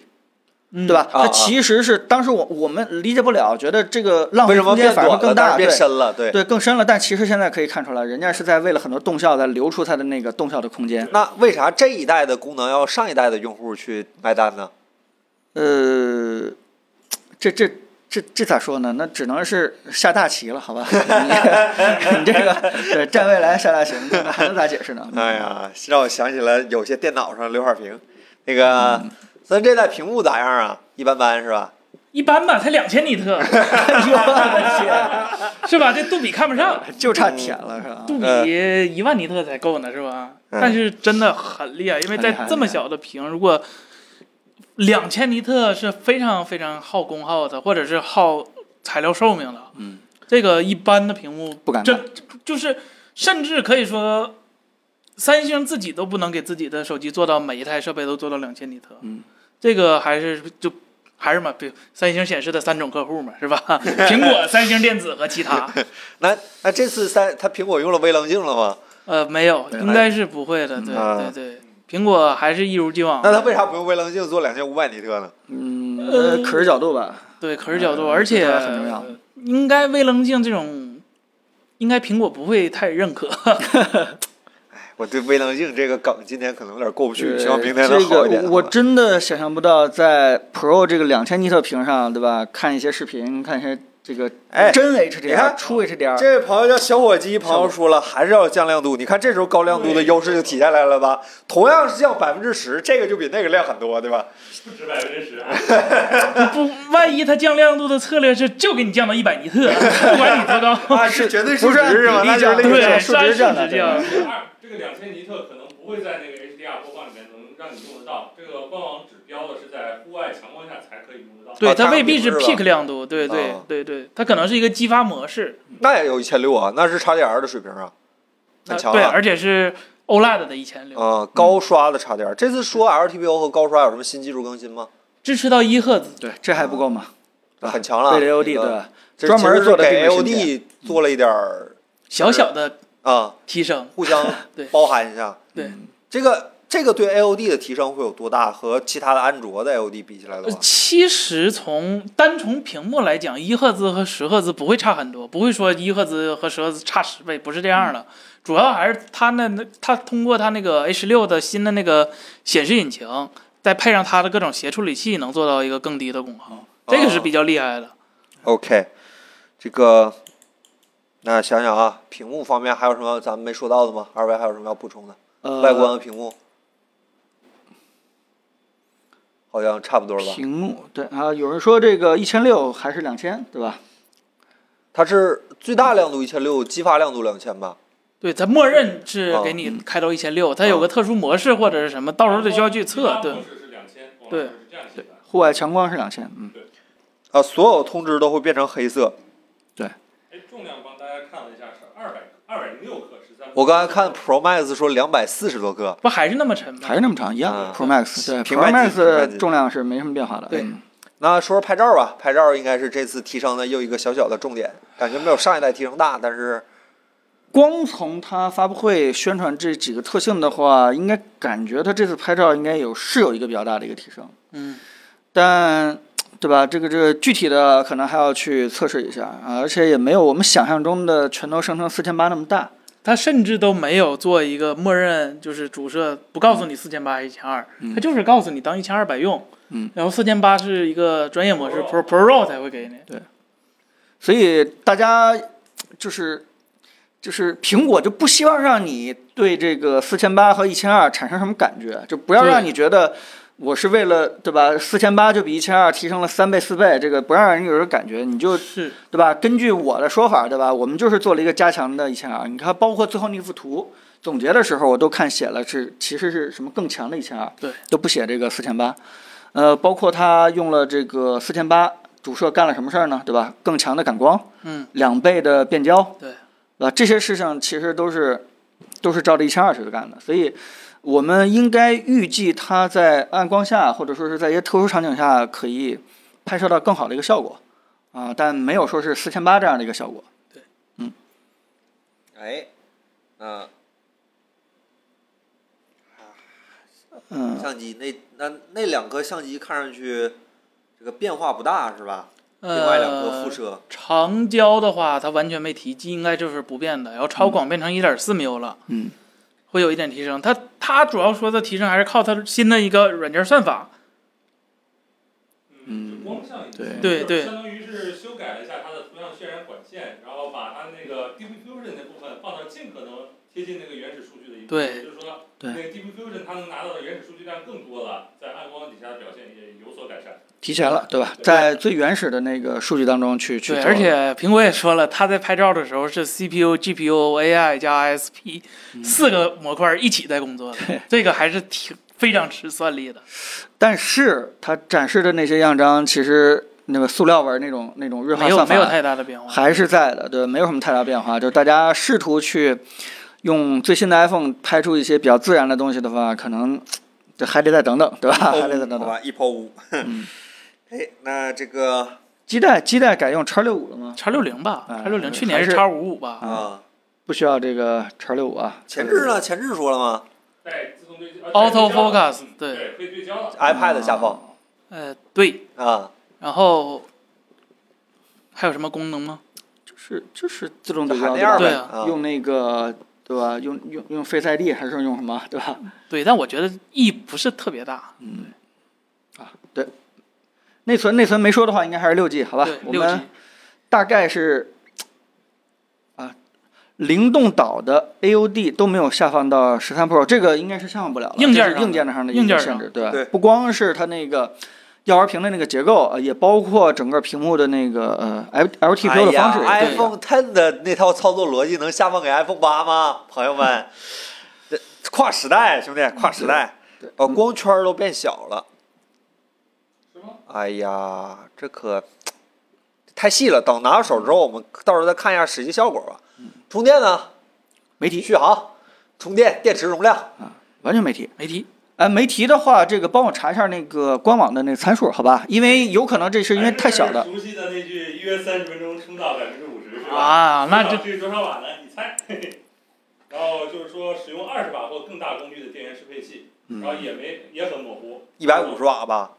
[SPEAKER 2] 嗯
[SPEAKER 1] 对吧？
[SPEAKER 3] 啊
[SPEAKER 1] 它其实是当时我我们理解不了，觉得这个浪
[SPEAKER 3] 为
[SPEAKER 1] 费
[SPEAKER 3] 什么
[SPEAKER 1] 空间
[SPEAKER 3] 变
[SPEAKER 1] 反而
[SPEAKER 3] 短
[SPEAKER 1] 更
[SPEAKER 3] 了，但
[SPEAKER 1] 大，
[SPEAKER 3] 是变
[SPEAKER 1] 对
[SPEAKER 3] 深了？对。
[SPEAKER 1] 对，更深了。但其实现在可以看出来，人家是在为了很多动效在留出它的那个动效的空间。
[SPEAKER 3] 那为啥这一代的功能要上一代的用户去买单呢？
[SPEAKER 1] 呃，这这这这咋说呢？那只能是下大棋了，好吧？ (laughs) 你你这个对战未来下大棋，那还能咋解释呢？
[SPEAKER 3] 哎呀，让我想起来有些电脑上刘海屏，那个，
[SPEAKER 1] 嗯
[SPEAKER 3] 咱这代屏幕咋样啊？一般般是吧？
[SPEAKER 2] 一般吧，才两千尼
[SPEAKER 1] (laughs)
[SPEAKER 2] 特，
[SPEAKER 1] 哎呦我的
[SPEAKER 2] 是吧？这杜比看不上，
[SPEAKER 1] (laughs) 天，就差舔了是吧？
[SPEAKER 2] 杜
[SPEAKER 3] 呃
[SPEAKER 2] 比一万尼特才够呢，是吧？
[SPEAKER 3] 嗯
[SPEAKER 2] 但是真的很厉害，因为
[SPEAKER 1] 很厉害
[SPEAKER 2] 在这
[SPEAKER 1] 很
[SPEAKER 2] 么
[SPEAKER 1] 厉害
[SPEAKER 2] 小的屏，如果两千尼特是非常非常耗功耗的，或者是耗材料寿命的。
[SPEAKER 1] 嗯，
[SPEAKER 2] 这个一般的屏幕
[SPEAKER 1] 不敢
[SPEAKER 2] 这
[SPEAKER 1] 看
[SPEAKER 2] 就是甚至可以说，三星自己都不能给自己的手机做到每一台设备都做到两千尼特。
[SPEAKER 1] 嗯，
[SPEAKER 2] 这个还是就还是嘛，比如三星显示的三种客户嘛，是吧？ (laughs) 苹果、三星电子和其他。
[SPEAKER 3] 那那这次三，它苹果用了微棱镜了吗？
[SPEAKER 1] 嗯
[SPEAKER 2] 呃，没有，
[SPEAKER 1] 对
[SPEAKER 2] 应该是不会的。对
[SPEAKER 3] 啊
[SPEAKER 2] 对对，苹果还是一如既往。
[SPEAKER 3] 那它为啥不用微棱镜做两千五百尼特呢？
[SPEAKER 1] 嗯，呃可视角度吧。
[SPEAKER 2] 对可视角度，
[SPEAKER 1] 呃
[SPEAKER 2] 而且
[SPEAKER 1] 这个很重要
[SPEAKER 2] 应该微棱镜这种，应该苹果不会太认可。
[SPEAKER 3] 我对微棱镜这个梗今天可能有点过不去，
[SPEAKER 1] 对
[SPEAKER 3] 希望明天能好一点。
[SPEAKER 1] 这个我真的想象不到，在 Pro 这个两千尼特屏上，对吧？看一些视频，看一些这个
[SPEAKER 3] 哎
[SPEAKER 1] 真
[SPEAKER 3] 你
[SPEAKER 1] HDR、
[SPEAKER 3] 看
[SPEAKER 1] 出 HDR，
[SPEAKER 3] 这位朋友叫小伙计，朋友说了，还是要降亮度。你看这时候高亮度的优势就体现来了吧？同样是降百分之十，这个就比那个亮很多，对吧？
[SPEAKER 4] 不止百分
[SPEAKER 2] (laughs)
[SPEAKER 4] 之十，
[SPEAKER 2] 不，万一它降亮度的策略是就给你降到一百尼特，不管你多高。
[SPEAKER 3] (laughs) 啊，是绝对
[SPEAKER 1] 不
[SPEAKER 3] 数值
[SPEAKER 1] 是按比
[SPEAKER 3] 是吧？那
[SPEAKER 1] 例
[SPEAKER 3] 就是
[SPEAKER 1] 降，
[SPEAKER 3] 那个
[SPEAKER 2] 对
[SPEAKER 1] 对，
[SPEAKER 2] 是
[SPEAKER 1] 数
[SPEAKER 2] 按
[SPEAKER 1] 值
[SPEAKER 2] 数
[SPEAKER 1] 降
[SPEAKER 2] 值
[SPEAKER 1] 的，对
[SPEAKER 2] 降
[SPEAKER 4] 二这个两千尼特可能不会在那个 HDR 播放里面能让你用得到，这个官网指标的是在户外强光下才可以用得到。
[SPEAKER 2] 对，
[SPEAKER 3] 啊
[SPEAKER 2] 它
[SPEAKER 3] 它
[SPEAKER 2] 未必是
[SPEAKER 3] 是吧
[SPEAKER 2] peak 亮度，对对
[SPEAKER 3] 啊
[SPEAKER 2] 对对，它可能是一个激发模式，
[SPEAKER 3] 那也有一千六啊，那是叉 D R 的水平啊，
[SPEAKER 2] 啊
[SPEAKER 3] 很强
[SPEAKER 2] 对，
[SPEAKER 3] 啊。
[SPEAKER 2] 而且是 OLED 的一千六，
[SPEAKER 3] 嗯，高刷的叉 D R，这次说 L T P O 和高刷有什么新技术更新吗？
[SPEAKER 2] 支持到一赫兹，
[SPEAKER 1] 对，这还不够吗？啊
[SPEAKER 3] 很强了啊，
[SPEAKER 1] 为了 AOD
[SPEAKER 3] 这
[SPEAKER 1] 对
[SPEAKER 3] 个
[SPEAKER 1] 吧？
[SPEAKER 3] 这
[SPEAKER 1] 专门
[SPEAKER 3] 其实是
[SPEAKER 1] 做的定
[SPEAKER 3] 给
[SPEAKER 1] 制
[SPEAKER 3] A O
[SPEAKER 1] 芯片
[SPEAKER 3] D 做了一点儿
[SPEAKER 2] 小小的
[SPEAKER 3] 啊，
[SPEAKER 2] 提升，
[SPEAKER 3] 互相
[SPEAKER 2] (laughs) 对
[SPEAKER 3] 包含一下。嗯
[SPEAKER 2] 对
[SPEAKER 3] 这个这个对 AOD 的提升会有多大？和其他的安卓的 AOD 比起来的
[SPEAKER 2] 呃，
[SPEAKER 3] 话，
[SPEAKER 2] 其实从单从屏幕来讲，一赫兹和十赫兹不会差很多，不会说一赫兹和十赫兹差十倍，不是这样的。主要还是它那那它通过它那个 H 六的新的那个显示引擎，再配上它的各种协处理器，能做到一个更低的功耗，这个是比较厉害的。
[SPEAKER 3] (laughs) OK，这个，那想想啊，屏幕方面还有什么咱们没说到的吗？二位还有什么要补充的？
[SPEAKER 1] 呃，
[SPEAKER 3] 外观和屏幕好像差不多了吧？
[SPEAKER 1] 呃屏幕对啊，有人说这个一千六还是两千，对吧？
[SPEAKER 3] 它是最大亮度一千六，激发亮度两千吧？
[SPEAKER 2] 对，它默认是给你开到一千六，它有个特殊模式或者是什么，到时候得需要去测。对
[SPEAKER 4] 不，只是两千，网
[SPEAKER 2] 对
[SPEAKER 4] 上是这样写的。
[SPEAKER 1] 户外强光是两千，嗯，
[SPEAKER 3] 啊，所有通知都会变成黑色。
[SPEAKER 4] 哎，重量帮大家看了一下是二百二百零六克，十三。
[SPEAKER 3] 我刚才看 Pro Max 说两百四十多克，
[SPEAKER 2] 不还是那么沉吗
[SPEAKER 1] 还？是那么长，一样。
[SPEAKER 3] 啊
[SPEAKER 1] Pro Max 对
[SPEAKER 3] 平
[SPEAKER 1] Pro
[SPEAKER 3] 板机平板
[SPEAKER 1] Max
[SPEAKER 3] 机
[SPEAKER 1] 重量是没什么变化的，
[SPEAKER 2] 对
[SPEAKER 1] 嗯
[SPEAKER 3] 那说说拍照吧，拍照应该是这次提升的又一个小小的重点，感觉没有上一代提升大，但是
[SPEAKER 1] 光从它发布会宣传这几个特性的话，应该感觉它这次拍照应该有是有一个比较大的一个提升，
[SPEAKER 2] 嗯，
[SPEAKER 1] 但对吧？这个这个具体的可能还要去测试一下啊，而且也没有我们想象中的全都生成四千八那么大。
[SPEAKER 2] 它甚至都没有做一个默认，就是主摄不告诉你四千八一千二，
[SPEAKER 3] 嗯
[SPEAKER 2] 它就是告诉你当一千二百用。
[SPEAKER 1] 嗯，
[SPEAKER 2] 然后四千八是一个专业模
[SPEAKER 3] 嗯
[SPEAKER 2] 式
[SPEAKER 4] Pro
[SPEAKER 2] ，Pro Pro 才会给你。
[SPEAKER 1] 所以大家就是就是苹果就不希望让你对这个四千八和一千二产生什么感觉，就不要
[SPEAKER 2] 对
[SPEAKER 1] 让你觉得我是为了对吧？四千八就比一千二提升了三倍四倍，这个不让人有这种感觉，你就
[SPEAKER 2] 就是
[SPEAKER 1] 对吧？根据我的说法，对吧？我们就是做了一个加强的一千二，你看，包括最后那幅图总结的时候，我都看写了是其实是什么更强的一千二，
[SPEAKER 2] 对，
[SPEAKER 1] 都不写这个四千八。呃，包括它用了这个四千八主摄干了什么事儿呢？对吧？更强的感光，
[SPEAKER 2] 嗯，
[SPEAKER 1] 两倍的变焦，
[SPEAKER 2] 对，
[SPEAKER 1] 吧？这些事情其实都是都是照着一千二去干的，所以我们应该预计它在暗光下，或者说是在一些特殊场景下，可以拍摄到更好的一个效果啊，但没有说是四千八这样的一个效果。
[SPEAKER 3] 哎，嗯、
[SPEAKER 1] 嗯，
[SPEAKER 3] 相机那那那两颗相机看上去这个变化不大是吧？另外两颗
[SPEAKER 2] 呃
[SPEAKER 3] 副，摄，
[SPEAKER 2] 长焦的话它完全没提，应该就是不变的。然后超广变成一点四缪了，
[SPEAKER 1] 嗯，
[SPEAKER 2] 会有一点提升。它它主要说的提升还是靠它新的一个软件算法，
[SPEAKER 4] 嗯，就光像一
[SPEAKER 1] 对
[SPEAKER 2] 对对
[SPEAKER 4] 相当于是修改了一下它的图像渲染管线，然后把它那个 Deep Fusion 那部分放到尽可能贴近那个原始数据的一部分，
[SPEAKER 2] 对
[SPEAKER 4] 也就是说，
[SPEAKER 1] 对
[SPEAKER 4] 那个 Deep Fusion 它能拿到的原始数据量更多了，在暗光底下的表现也有所改善。
[SPEAKER 1] 提前了，对吧？
[SPEAKER 4] 对
[SPEAKER 1] 在最原始的那个数据当中去去
[SPEAKER 2] 对，
[SPEAKER 1] 做
[SPEAKER 2] 而且苹果也说了，它在拍照的时候是 CPU、GPU、AI 加 ISP
[SPEAKER 1] 嗯
[SPEAKER 2] 四个模块一起在工作的， (laughs) 这个还是挺非常吃算力的。
[SPEAKER 1] 但是它展示的那些样张，其实那个塑料纹那种那种锐化
[SPEAKER 2] 没有
[SPEAKER 1] 算
[SPEAKER 2] 没有
[SPEAKER 1] 法
[SPEAKER 2] 太大的变化。
[SPEAKER 1] 还是在的，对，没有什么太大变化。就是大家试图去用最新的 iPhone 拍出一些比较自然的东西的话，可能这还得再等等，对吧？还得再等
[SPEAKER 3] 哦好
[SPEAKER 1] 等。
[SPEAKER 3] 吧，一抛五。 (laughs) 哎，那这个
[SPEAKER 1] 基带基带改用叉六五了吗？
[SPEAKER 2] 叉六零吧，
[SPEAKER 1] 嗯
[SPEAKER 2] 叉六零去年
[SPEAKER 1] 还
[SPEAKER 2] 是
[SPEAKER 1] 是
[SPEAKER 2] 叉五五吧，
[SPEAKER 3] 啊，
[SPEAKER 1] 不需要这个叉六五啊。
[SPEAKER 3] 前置呢？前置说了吗
[SPEAKER 4] 带自动对焦呃
[SPEAKER 2] Auto
[SPEAKER 4] 带对焦了
[SPEAKER 2] focus，
[SPEAKER 4] 嗯
[SPEAKER 2] 对啊
[SPEAKER 4] 对，可以对焦了。
[SPEAKER 3] ？iPad 下放
[SPEAKER 2] 呃对，
[SPEAKER 3] 啊，
[SPEAKER 2] 然后还有什么功能吗？
[SPEAKER 1] 就是就是自动对
[SPEAKER 3] 喊
[SPEAKER 1] 焦，
[SPEAKER 3] 那
[SPEAKER 1] 对吧
[SPEAKER 3] 样
[SPEAKER 2] 对
[SPEAKER 3] 呗
[SPEAKER 2] 啊
[SPEAKER 3] 啊。
[SPEAKER 1] 用那个对吧？用用用 Face ID 还是用什么对吧？
[SPEAKER 2] 对，但我觉得意义不是特别大。
[SPEAKER 1] 内存内存没说的话，应该还是六 G 好吧
[SPEAKER 2] 对？，
[SPEAKER 1] 我
[SPEAKER 2] 六 G
[SPEAKER 1] 们大概是啊，灵动岛的 AOD 都没有下放到十三 Pro，这个应该是下放不了了，
[SPEAKER 2] 硬件上
[SPEAKER 1] 这是硬件上的一
[SPEAKER 2] 硬
[SPEAKER 1] 个
[SPEAKER 2] 件
[SPEAKER 1] 限
[SPEAKER 2] 上
[SPEAKER 1] 制，对吧
[SPEAKER 3] 对
[SPEAKER 1] 不光是它那个。吊环屏的那个结构，呃也包括整个屏幕的那个呃 L LTPO 的方式也不
[SPEAKER 3] 哎呀
[SPEAKER 1] 一样。
[SPEAKER 3] ，iPhone Ten 的那套操作逻辑能下放给 iPhone 八吗？朋友 (laughs) 们，嗯这跨时代，兄弟，跨时代
[SPEAKER 1] 对对，
[SPEAKER 3] 哦，光圈儿都变小了。
[SPEAKER 4] 是吗？
[SPEAKER 3] 哎呀，这可太细了。等拿到手之后，我们到时候再看一下实际效果吧。充电呢？
[SPEAKER 1] 没提，
[SPEAKER 3] 续航、充电、电池容量。
[SPEAKER 1] 完全没提。
[SPEAKER 2] 没提，
[SPEAKER 1] 哎，没提的话，这个帮我查一下那个官网的那个参数，好吧？因为有可能这是因为太小了。
[SPEAKER 4] 还是熟悉的那句约三十分钟充到百分之五十是吧？
[SPEAKER 2] 啊那
[SPEAKER 1] (laughs)
[SPEAKER 2] 这
[SPEAKER 4] 是多少瓦呢？你猜？然后就是说使用二十瓦或更大功率的电源适配器，然后也没也很模糊，
[SPEAKER 3] 嗯一百五十瓦吧，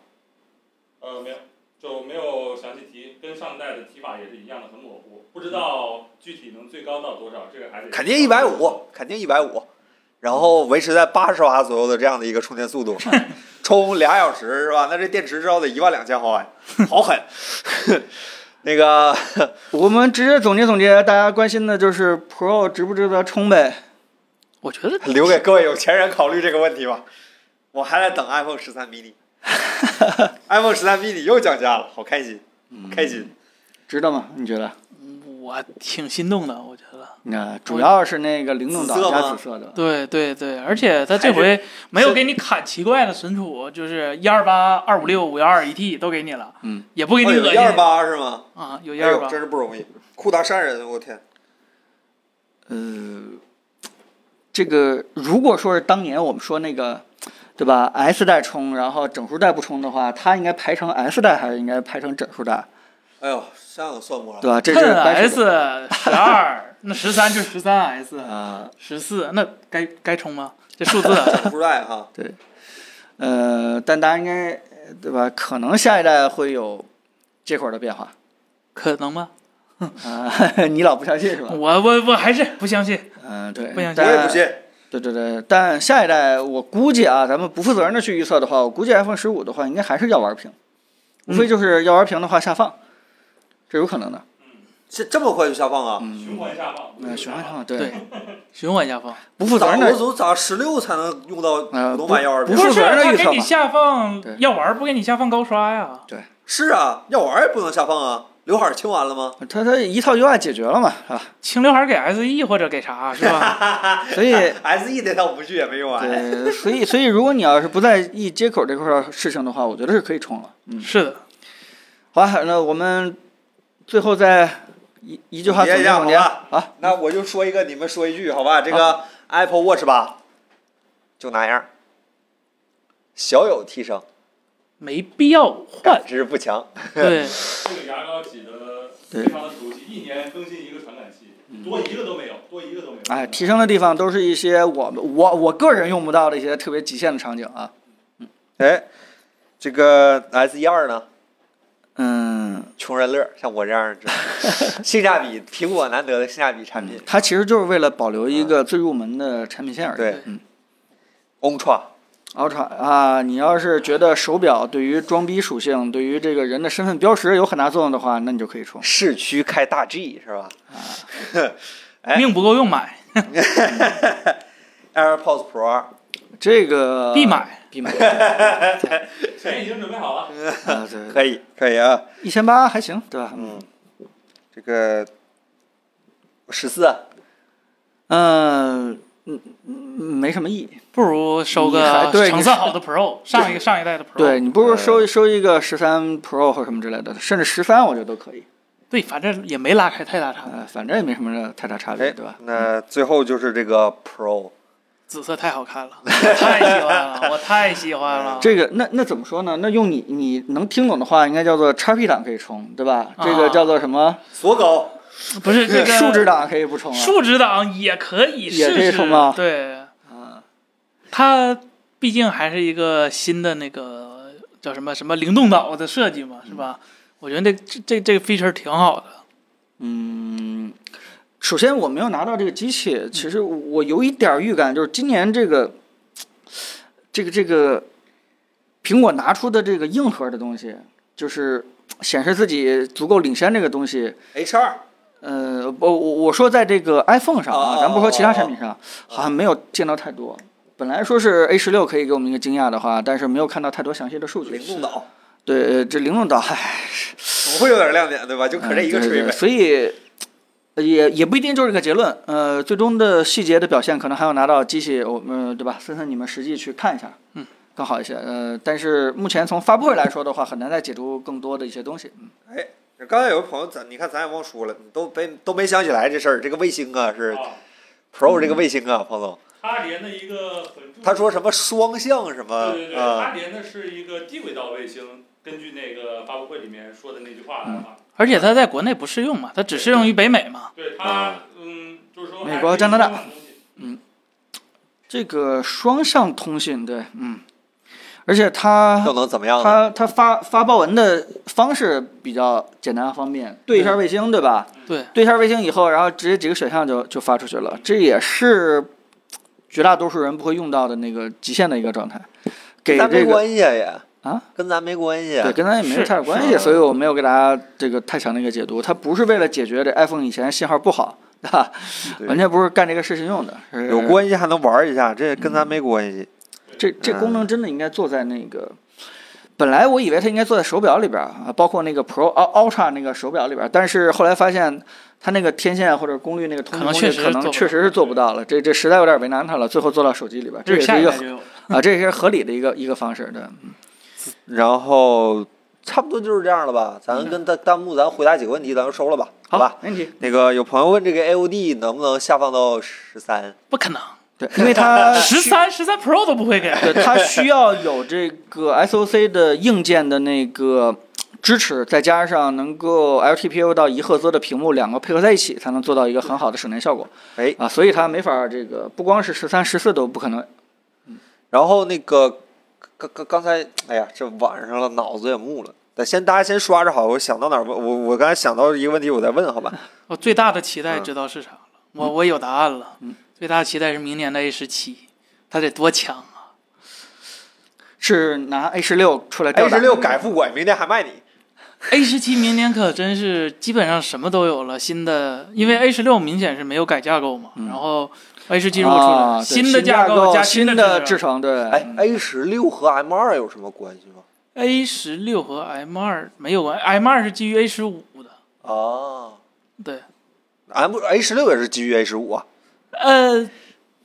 [SPEAKER 4] 呃，没有，就没有详细提，跟上代的提法也是一样的，很模糊，不知道具体能最高到多少，这个还得
[SPEAKER 3] 肯定一百五，肯定一百五，然后维持在八十瓦左右的这样的一个充电速度， (laughs) 充俩小时是吧？那这电池至少得一万两千毫
[SPEAKER 2] (laughs)
[SPEAKER 3] 安，好狠。 (laughs) 那个
[SPEAKER 1] 我们直接总结总结，大家关心的就是 Pro 值不值得冲呗？
[SPEAKER 2] 我觉得
[SPEAKER 3] 留给各位有钱人考虑这个问题吧，我还在等 iPhone 十
[SPEAKER 2] (laughs)
[SPEAKER 3] 三 mini。iPhone 十三 mini 又降价了，好开心，
[SPEAKER 2] 嗯
[SPEAKER 3] 开心。
[SPEAKER 1] 值得吗？你觉得？
[SPEAKER 2] 我挺心动的，我觉得。
[SPEAKER 1] 那主要是那个灵动岛
[SPEAKER 3] 紫色
[SPEAKER 1] 加
[SPEAKER 3] 吗
[SPEAKER 1] 紫色的，
[SPEAKER 2] 对对对，而且它这回没有给你砍奇怪的存储，就是一二八、二五六、五幺二、一 T 都给你了，
[SPEAKER 1] 嗯，
[SPEAKER 2] 也不给你
[SPEAKER 3] 哦有
[SPEAKER 2] 恶
[SPEAKER 3] 一二
[SPEAKER 2] 心
[SPEAKER 3] 八是吗？
[SPEAKER 2] 啊，有
[SPEAKER 3] 哎
[SPEAKER 2] 一二
[SPEAKER 3] 呦，
[SPEAKER 2] 八
[SPEAKER 3] 真，是不容易，酷达山人，我天。
[SPEAKER 1] 呃，这个如果说是当年我们说那个，对吧？S 代冲，然后整数代不冲的话，它应该排成 S 代还是应该排成整数代？
[SPEAKER 3] 哎呦，这样算不来。
[SPEAKER 1] 对吧？这是
[SPEAKER 2] 趁
[SPEAKER 3] 啊
[SPEAKER 1] 掰扯
[SPEAKER 2] S
[SPEAKER 1] 的
[SPEAKER 2] 十二，那十三就是十三 S，
[SPEAKER 3] (laughs)
[SPEAKER 1] 啊，
[SPEAKER 2] 十四那该该充吗？这数字啊
[SPEAKER 1] (laughs)
[SPEAKER 3] 整数代哈，
[SPEAKER 1] 呃，但大家应该呃对吧？可能下一代会有这块儿的变化
[SPEAKER 2] 可能吗？
[SPEAKER 1] 啊， (laughs) 你老不相信是吧？
[SPEAKER 2] 我我我还是不相信。
[SPEAKER 1] 嗯，对，
[SPEAKER 2] 不相信
[SPEAKER 3] 我也不
[SPEAKER 1] 但
[SPEAKER 3] 信。
[SPEAKER 1] 对对对，但下一代我估计啊，咱们不负责任的去预测的话，我估计 iPhone 十五的话，应该还是要玩屏，无
[SPEAKER 2] 嗯
[SPEAKER 1] 非就是要玩屏的话下放，这有可能的。
[SPEAKER 3] 这这么快就下放啊？
[SPEAKER 4] 循环下放，
[SPEAKER 1] 嗯，循环下放，对
[SPEAKER 2] 对，循环下放，
[SPEAKER 1] 不负责
[SPEAKER 3] 咋
[SPEAKER 1] 任
[SPEAKER 3] 我
[SPEAKER 1] 的，
[SPEAKER 3] 总咋十六才能用到
[SPEAKER 1] 呃
[SPEAKER 3] 普通版幺二
[SPEAKER 1] 不
[SPEAKER 3] 零？
[SPEAKER 1] 负
[SPEAKER 2] 是
[SPEAKER 1] 责任的
[SPEAKER 2] 他
[SPEAKER 1] 预测
[SPEAKER 2] 给你
[SPEAKER 1] 吧
[SPEAKER 2] 下放
[SPEAKER 1] 对
[SPEAKER 2] 药丸，不给你下放高刷呀？
[SPEAKER 3] 是啊，药丸也不能下放啊。刘海儿清完了吗？
[SPEAKER 1] 它它一套 UI 解决了嘛，啊，
[SPEAKER 2] 清刘海给 SE 或者给啥
[SPEAKER 1] (laughs)
[SPEAKER 2] 是吧？
[SPEAKER 3] (laughs)
[SPEAKER 1] 所以
[SPEAKER 3] S E 那套模具也没用哎完。
[SPEAKER 1] 对，所以所以如果你要是不在意接口这块儿事情的话，我觉得是可以冲了。嗯，
[SPEAKER 2] 是的，
[SPEAKER 1] 好吧，那我们最后再一一句话
[SPEAKER 3] 总
[SPEAKER 1] 总
[SPEAKER 3] 结一
[SPEAKER 1] 结
[SPEAKER 3] 下
[SPEAKER 1] 总结
[SPEAKER 3] 好吧
[SPEAKER 1] 啊，
[SPEAKER 3] 那我就说一个，你们说一句，好吧？这个 Apple Watch 吧，就那样，小有提升，
[SPEAKER 2] 没必要
[SPEAKER 1] (laughs)
[SPEAKER 2] 换
[SPEAKER 3] 感。知不强。
[SPEAKER 2] 对，
[SPEAKER 4] 这个牙膏挤得
[SPEAKER 1] 对
[SPEAKER 4] 非常的熟悉，一年更新一个传感器，
[SPEAKER 3] 嗯
[SPEAKER 4] 多一个都没有，多一个都没有。
[SPEAKER 1] 哎，提升的地方都是一些我们我我个人用不到的一些特别极限的场景啊。
[SPEAKER 3] 哎，这个 S E 二呢？
[SPEAKER 1] 嗯，
[SPEAKER 3] 穷人乐，像我这样的，性价比苹果难得的性价比产品
[SPEAKER 1] 它其实就是为了保留一个最入门的产品线而已。
[SPEAKER 3] 对
[SPEAKER 1] 嗯
[SPEAKER 3] ，Ultra。
[SPEAKER 1] ，Ultra 啊，你要是觉得手表对于装逼属性、对于这个人的身份标识有很大作用的话，那你就可以充。
[SPEAKER 3] 市区开大 G 是吧哎
[SPEAKER 2] 命不够用买，
[SPEAKER 3] ？AirPods Pro 二，
[SPEAKER 1] 这个
[SPEAKER 2] 呃必买。
[SPEAKER 1] 必买
[SPEAKER 4] 钱已经准备好了，
[SPEAKER 1] 啊，对，
[SPEAKER 3] 可以可以啊，
[SPEAKER 1] 一千八还行，对吧？
[SPEAKER 3] 嗯，这个十四
[SPEAKER 1] 啊嗯嗯嗯，没什么意义。
[SPEAKER 2] (laughs) 不如收
[SPEAKER 1] 你还
[SPEAKER 2] 个
[SPEAKER 1] 对
[SPEAKER 2] 成
[SPEAKER 1] 你
[SPEAKER 2] 色好的 Pro，上一个上一代的 Pro。呃
[SPEAKER 1] 对你不如收收一个十三 Pro 或什么之类的，甚至十三我觉得都可以。
[SPEAKER 2] 对反正也没拉开太大差，
[SPEAKER 1] 呃，反正也没什么太大差别，
[SPEAKER 3] 哎
[SPEAKER 1] 对吧？
[SPEAKER 3] 那最后就是这个 Pro，
[SPEAKER 2] 紫色太好看了，我太喜欢了，我太喜欢了。
[SPEAKER 1] (laughs) 这个那那怎么说呢？那用你你能听懂的话，应该叫做叉 P 档可以充，对吧？这个
[SPEAKER 2] 啊
[SPEAKER 1] 叫做什么？
[SPEAKER 3] 锁狗，
[SPEAKER 2] 不是这个
[SPEAKER 1] 竖直档可以不充啊。
[SPEAKER 2] 树脂党也可以
[SPEAKER 1] 也
[SPEAKER 2] 试
[SPEAKER 1] 可以
[SPEAKER 2] 试，
[SPEAKER 1] 充吗
[SPEAKER 2] 对，
[SPEAKER 1] 啊
[SPEAKER 2] 它毕竟还是一个新的那个叫什么什么灵动岛的设计嘛，是吧？我觉得这这这这个 feature 挺好的，
[SPEAKER 1] 嗯，首先我没有拿到这个机器，其实我有一点儿预感，就是今年这个这个这个苹果拿出的这个硬核的东西，就是显示自己足够领先这个东西，
[SPEAKER 3] H 二，
[SPEAKER 1] 呃，不我我说在这个 iPhone 上啊，
[SPEAKER 3] 哦
[SPEAKER 1] 咱不说其他产品上，好像没有见到太多。本来说是 A 十六可以给我们一个惊讶的话，但是没有看到太多详细的数据
[SPEAKER 3] 灵。动岛，
[SPEAKER 1] 对，呃这灵动岛，
[SPEAKER 3] (laughs)
[SPEAKER 1] 唉，
[SPEAKER 3] 总会有点亮点对吧？就可这一个
[SPEAKER 1] 嗯对
[SPEAKER 3] 吹
[SPEAKER 1] 对
[SPEAKER 3] 呗。
[SPEAKER 1] 所以呃也也不一定就是这个结论。呃，最终的细节的表现，可能还要拿到机器，我们、对吧？森森，你们实际去看一下，
[SPEAKER 2] 嗯，
[SPEAKER 1] 更好一些。呃，但是目前从发布会来说的话，很难再解读更多的一些东西。嗯
[SPEAKER 3] 刚才有个朋友咱你看咱也忘说了，你都没都没想起来这事儿，这个卫星啊是
[SPEAKER 4] 啊，
[SPEAKER 3] Pro 这个卫星啊，彭总，
[SPEAKER 4] 它连的一个很著名
[SPEAKER 3] 他说什么双向
[SPEAKER 1] 呃
[SPEAKER 3] 什么
[SPEAKER 4] 对对对，它
[SPEAKER 3] 啊？
[SPEAKER 4] 连的是一个低轨道卫星，根据那个发布会里面说的那句话来
[SPEAKER 1] 嗯
[SPEAKER 4] 话，
[SPEAKER 2] 而且它在国内不适用嘛，它只适用于北美嘛。
[SPEAKER 1] 啊
[SPEAKER 4] 对它，嗯，就是说
[SPEAKER 1] 美国加拿大，
[SPEAKER 4] 嗯，
[SPEAKER 1] 这个双向通信，对，嗯，而且它
[SPEAKER 3] 又能怎么样呢？
[SPEAKER 1] 它它发发报文的方式比较简单方便，对一下卫星，对吧？
[SPEAKER 2] 对，
[SPEAKER 1] 对一下卫星以后，然后直接几个选项就就发出去了，这也是绝大多数人不会用到的那个极限的一个状态，给
[SPEAKER 3] 跟咱没
[SPEAKER 1] 这个
[SPEAKER 3] 关系啊也
[SPEAKER 1] 啊，
[SPEAKER 3] 跟咱没关系啊。
[SPEAKER 1] 对跟咱也没太有关系，
[SPEAKER 2] 是
[SPEAKER 1] 所以我没有给大家这个太强的一个解读，它不是为了解决这 iPhone 以前信号不好，对吧？
[SPEAKER 3] 对
[SPEAKER 1] 完全不是干这个事情用的，是
[SPEAKER 3] 有关系还能玩一下，这跟咱没关系。
[SPEAKER 1] 这这功能真的应该做在那个，本来我以为它应该做在手表里边儿啊，包括那个 Pro 啊 Ultra 那个手表里边儿，但是后来发现它那个天线或者功率那个通信
[SPEAKER 2] 可
[SPEAKER 1] 功
[SPEAKER 2] 能确
[SPEAKER 1] 率
[SPEAKER 2] 实
[SPEAKER 1] 可能
[SPEAKER 2] 做不
[SPEAKER 1] 确实是做不到了，这这实在有点为难它了，最后做到手机里边儿，这
[SPEAKER 2] 就
[SPEAKER 1] 也
[SPEAKER 2] 是下
[SPEAKER 1] 是一
[SPEAKER 2] 一
[SPEAKER 1] 个
[SPEAKER 2] 代就有了。
[SPEAKER 1] 啊，这也是合理的一个一个方式，对，
[SPEAKER 3] 然后差不多就是这样了吧？咱跟弹弹幕咱回答几个问题，咱就收了吧，好吧？，
[SPEAKER 1] 没问题，
[SPEAKER 3] 那个有朋友问这个 AOD 能不能下放到十三？
[SPEAKER 2] 不可能，
[SPEAKER 1] 对，因为
[SPEAKER 2] (laughs)
[SPEAKER 1] 它
[SPEAKER 2] 十三十三 Pro 都不会给。
[SPEAKER 1] 对它需要有这个 SOC 的硬件的那个支持，再加上能够 LTPO 到一赫兹的屏幕，两个配合在一起，才能做到一个很好的省电效果。
[SPEAKER 3] 哎
[SPEAKER 1] 啊，所以它没法儿这个，不光是十三、十四都不可能。
[SPEAKER 3] 然后那个刚刚刚才，哎呀，这晚上了，脑子也木了。得先大家先刷着好，我想到哪儿问我我刚才想到一个问题，我再问好吧？
[SPEAKER 2] 我最大的期待
[SPEAKER 3] 嗯
[SPEAKER 2] 知道是啥了，我我有答案了。
[SPEAKER 1] 嗯
[SPEAKER 2] 最大的期待是明年的 A 十七，它得多强啊！
[SPEAKER 1] 是拿 A 十六出来
[SPEAKER 3] A
[SPEAKER 1] 吊打
[SPEAKER 3] 十六改复管，明天还卖你。
[SPEAKER 2] A 十七明年可真是基本上什么都有了，新的，因为 A 十六明显是没有改架构嘛，然后 A 十七如果出来，
[SPEAKER 1] 嗯啊对
[SPEAKER 2] 新
[SPEAKER 1] 新
[SPEAKER 2] 的
[SPEAKER 1] 架
[SPEAKER 2] 构加
[SPEAKER 1] 新
[SPEAKER 2] 的
[SPEAKER 1] 制程，对，
[SPEAKER 3] 哎，A 十六和 M 二有什么关系吗？
[SPEAKER 2] A 十六和 M 二没有关，M 二是基于 A 十五的，
[SPEAKER 3] 啊
[SPEAKER 2] 对，
[SPEAKER 3] ，M A 十六也是基于 A 十五啊，
[SPEAKER 2] 呃，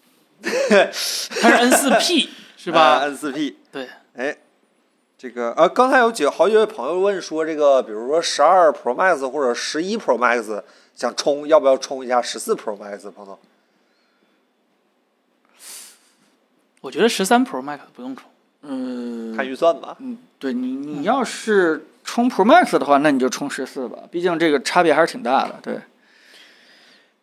[SPEAKER 2] (laughs) 它是 N 四
[SPEAKER 1] (laughs)
[SPEAKER 2] P 是吧？
[SPEAKER 3] 呃
[SPEAKER 1] 呃
[SPEAKER 3] ？N 四 P。
[SPEAKER 2] 对，
[SPEAKER 3] 哎，这个啊，刚才有几好几位朋友问说，这个比如说十二 Pro Max 或者十一 Pro Max 想冲，要不要冲一下十四 Pro Max？彭总，
[SPEAKER 2] 我觉得十三 Pro Max 不用充，
[SPEAKER 1] 嗯，
[SPEAKER 3] 看预算吧。
[SPEAKER 1] 嗯，对你你要是冲 Pro Max 的话，那你就冲十四吧，毕竟这个差别还是挺大的，对。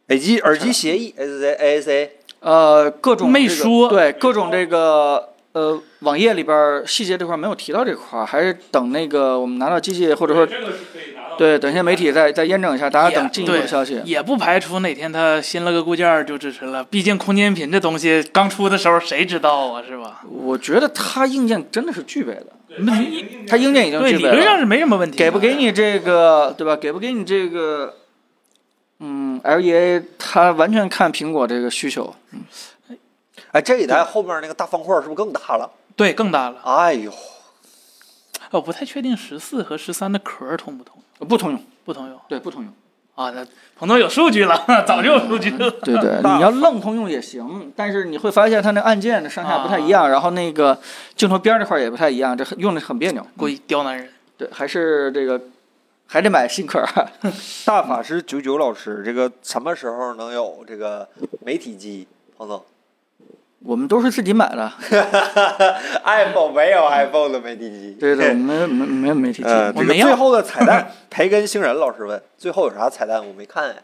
[SPEAKER 3] 耳机耳机协议 AAC AAC
[SPEAKER 1] 呃，各种、这
[SPEAKER 2] 没
[SPEAKER 1] 个
[SPEAKER 2] 说
[SPEAKER 1] 对各种这个呃网页里边儿细节这块儿没有提到这块儿，还是等那个我们拿到机器或者说
[SPEAKER 4] 这个是可以拿到。
[SPEAKER 1] 对等一些媒体再再验证一下，大家啊等进一步的
[SPEAKER 2] 对
[SPEAKER 1] 消息。
[SPEAKER 2] 也不排除哪天它新了个固件儿就支持了，毕竟空间频这东西刚出的时候谁知道啊，是吧？
[SPEAKER 1] 我觉得它硬件真的是具备的，
[SPEAKER 4] 对，
[SPEAKER 2] 没
[SPEAKER 4] 它已经
[SPEAKER 1] 它硬件已经
[SPEAKER 2] 对，
[SPEAKER 1] 具
[SPEAKER 2] 理
[SPEAKER 1] 备
[SPEAKER 2] 论上
[SPEAKER 1] 了。
[SPEAKER 2] 是没什么问题的。
[SPEAKER 1] 给不给你这个对吧？给不给你这个嗯 LEA？它完全看苹果这个需求。
[SPEAKER 3] 哎，这一代后面那个大方块是不是更大了？
[SPEAKER 2] 对更大了？哦
[SPEAKER 3] 哎呦，
[SPEAKER 2] 我不太确定十四和十三的壳儿通不通，
[SPEAKER 1] 不通用，
[SPEAKER 2] 不通用
[SPEAKER 1] 对，不
[SPEAKER 2] (laughs)
[SPEAKER 1] 通用。
[SPEAKER 2] 啊？那彭总有数据了， (laughs) 早就有数据了。
[SPEAKER 1] 对对，
[SPEAKER 3] 大
[SPEAKER 1] 你要愣通用也行，但是你会发现它那按键的上下不太一
[SPEAKER 2] 啊
[SPEAKER 1] 样，然后那个镜头边儿这块儿也不太一样，这很用的很别扭。
[SPEAKER 2] 故意刁难人。
[SPEAKER 1] 对，还是这个还得买新壳儿。 (laughs)
[SPEAKER 3] 大法师九九老师，这个什么时候能有这个媒体机？彭总
[SPEAKER 1] 我们都是自己买的，
[SPEAKER 3] ，iPhone 没有 iPhone 的媒体机。 (laughs)
[SPEAKER 1] 对对，我们没没没媒体机。
[SPEAKER 3] 呃，这
[SPEAKER 2] 我
[SPEAKER 3] 个
[SPEAKER 2] 没有
[SPEAKER 3] 最后的彩蛋，培根星人老师问，最后有啥彩蛋？我没看哎。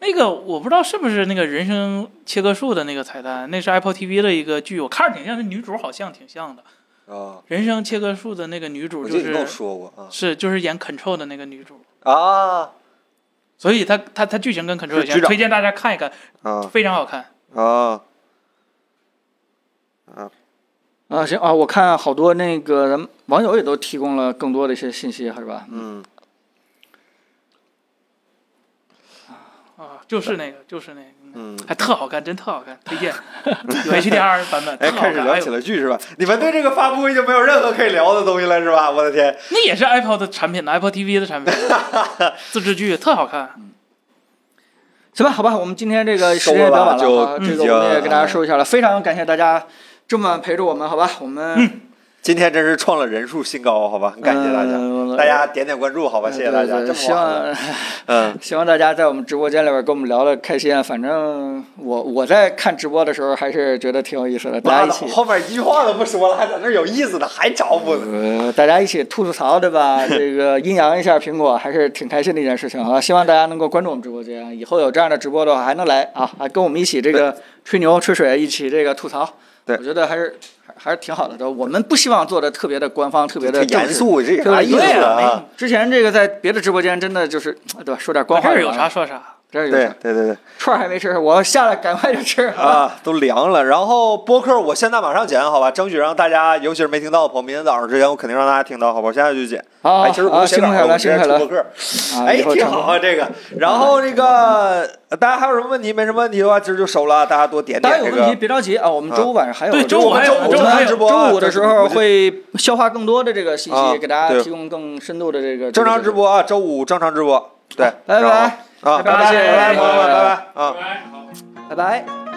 [SPEAKER 2] 那个我不知道是不是那个人生切割术的那个彩蛋，那是 Apple TV 的一个剧，我看着挺像，那女主好像挺像的。
[SPEAKER 3] 啊，
[SPEAKER 2] 人生切割术的那个女主
[SPEAKER 3] 我
[SPEAKER 2] 就
[SPEAKER 3] 记得你跟我
[SPEAKER 2] 是
[SPEAKER 3] 说过啊
[SPEAKER 2] 是就是演 Control 的那个女主，
[SPEAKER 3] 啊
[SPEAKER 2] 所以她她她剧情跟 Control
[SPEAKER 3] 是
[SPEAKER 2] 有像，
[SPEAKER 3] 局长
[SPEAKER 2] 推荐大家看一看，
[SPEAKER 3] 啊
[SPEAKER 2] 非常好看。
[SPEAKER 3] 啊！
[SPEAKER 1] 啊，行啊，我看好多那个咱们网友也都提供了更多的一些信息，是吧？
[SPEAKER 3] 嗯，
[SPEAKER 2] 啊，就是那个，就是那个，
[SPEAKER 3] 嗯
[SPEAKER 2] 还特好看，真特好看，
[SPEAKER 3] (laughs)
[SPEAKER 2] 推荐有 HDR 版本，
[SPEAKER 3] 哎，
[SPEAKER 2] 特好
[SPEAKER 3] 开
[SPEAKER 2] 看
[SPEAKER 3] 始聊
[SPEAKER 2] 哎
[SPEAKER 3] 起
[SPEAKER 2] 呦
[SPEAKER 3] 了剧是吧？你们对这个发布会就没有任何可以聊的东西了是吧？我的天，
[SPEAKER 2] 那也是 Apple 的产品的 Apple TV 的
[SPEAKER 3] (laughs)
[SPEAKER 2] 产品，自制剧特好看。
[SPEAKER 1] 行吧，好吧，我们今天这个时间也比较晚了，
[SPEAKER 3] 收了
[SPEAKER 1] 好
[SPEAKER 3] 吧就
[SPEAKER 1] 这个我们也给大家说一下了。非常感谢大家这么晚陪着我们，好吧？我
[SPEAKER 3] 嗯
[SPEAKER 1] 们呃
[SPEAKER 3] 今天真是创了人数新高，好吧？感谢大家，
[SPEAKER 1] 呃
[SPEAKER 3] 大家点点关注，好吧？谢谢大家，
[SPEAKER 1] 对对
[SPEAKER 3] 这
[SPEAKER 1] 对
[SPEAKER 3] 么
[SPEAKER 1] 希
[SPEAKER 3] 晚了，
[SPEAKER 1] (laughs) 望
[SPEAKER 3] 嗯，
[SPEAKER 1] 希望大家在我们直播间里边跟我们聊的开心啊！反正我我在看直播的时候还是觉得挺有意思的，大
[SPEAKER 3] 拉
[SPEAKER 1] 家一
[SPEAKER 3] 倒，
[SPEAKER 1] 起
[SPEAKER 3] 后面一句话都不说了，还在那儿有意思呢，还找补呢。
[SPEAKER 1] 呃，大家一起吐吐槽对
[SPEAKER 3] (laughs)
[SPEAKER 1] 吧？这个阴阳一下苹果还是挺开心的一件事情啊！希望大家能够关注我们直播间，以后有这样的直播的话还能来啊，还跟我们一起这个吹牛吹水，一起这个吐槽
[SPEAKER 3] 对
[SPEAKER 1] 我觉得还是还还是挺好的。都我们不希望做的特别的官方，特别的
[SPEAKER 3] 这严
[SPEAKER 1] 正式，
[SPEAKER 3] 肃，这有
[SPEAKER 1] 特
[SPEAKER 3] 啥
[SPEAKER 1] 别
[SPEAKER 3] 意思
[SPEAKER 1] 对啊
[SPEAKER 3] 啊？
[SPEAKER 1] 没之前这个在别的直播间真的就是呃对吧？说点官
[SPEAKER 2] 这
[SPEAKER 1] 话
[SPEAKER 2] 儿
[SPEAKER 1] 就
[SPEAKER 2] 有
[SPEAKER 3] 啊
[SPEAKER 1] 完
[SPEAKER 2] 啥
[SPEAKER 1] 了？
[SPEAKER 2] 说啥。
[SPEAKER 1] 这儿有
[SPEAKER 3] 对
[SPEAKER 1] 啥？
[SPEAKER 3] 对对对，
[SPEAKER 1] 串儿还没吃，我下来赶快就吃啊！
[SPEAKER 3] 啊，都凉了。然后播客我现在马上剪，好吧？争取让大家，尤其是没听到的朋友，明天早上之前我肯定让大家听到，好吧？我现在就剪。
[SPEAKER 1] 好，
[SPEAKER 3] 哎，其实我
[SPEAKER 1] 好，
[SPEAKER 3] 不写
[SPEAKER 1] 啊辛
[SPEAKER 3] 稿
[SPEAKER 1] 苦
[SPEAKER 3] 了，
[SPEAKER 1] 海
[SPEAKER 3] 我
[SPEAKER 1] 了，
[SPEAKER 3] 直
[SPEAKER 1] 辛苦
[SPEAKER 3] 接
[SPEAKER 1] 海
[SPEAKER 3] 出播
[SPEAKER 1] 了
[SPEAKER 3] 客。
[SPEAKER 1] 啊！
[SPEAKER 3] 哎，
[SPEAKER 1] 以后嗯
[SPEAKER 3] 挺
[SPEAKER 1] 常
[SPEAKER 3] 好啊，这个。然后这个，呃大家还有什么问题？没什么问题的话，今儿就收了，大家多点
[SPEAKER 1] 大家
[SPEAKER 3] 点
[SPEAKER 1] 有
[SPEAKER 3] 这
[SPEAKER 1] 问题
[SPEAKER 3] 个。
[SPEAKER 1] 别着急啊，我们
[SPEAKER 3] 啊
[SPEAKER 1] 周五晚上还有
[SPEAKER 2] 对周
[SPEAKER 1] 我
[SPEAKER 2] 五
[SPEAKER 1] 们
[SPEAKER 2] 还
[SPEAKER 1] 周
[SPEAKER 2] 有
[SPEAKER 1] 五
[SPEAKER 2] 周五还有
[SPEAKER 1] 周
[SPEAKER 3] 直播啊
[SPEAKER 1] 周五的时候
[SPEAKER 3] 这是
[SPEAKER 1] 会消化更多的这个信
[SPEAKER 3] 啊
[SPEAKER 1] 息，给大家
[SPEAKER 3] 对
[SPEAKER 1] 提供更深度的这个
[SPEAKER 3] 正常直。播啊，周五正常直播。对，
[SPEAKER 1] 拜
[SPEAKER 3] 然后
[SPEAKER 1] 拜，
[SPEAKER 3] 啊，
[SPEAKER 1] 拜拜
[SPEAKER 3] 拜拜，朋友们，拜拜啊。
[SPEAKER 4] 拜拜，好。
[SPEAKER 1] 拜拜。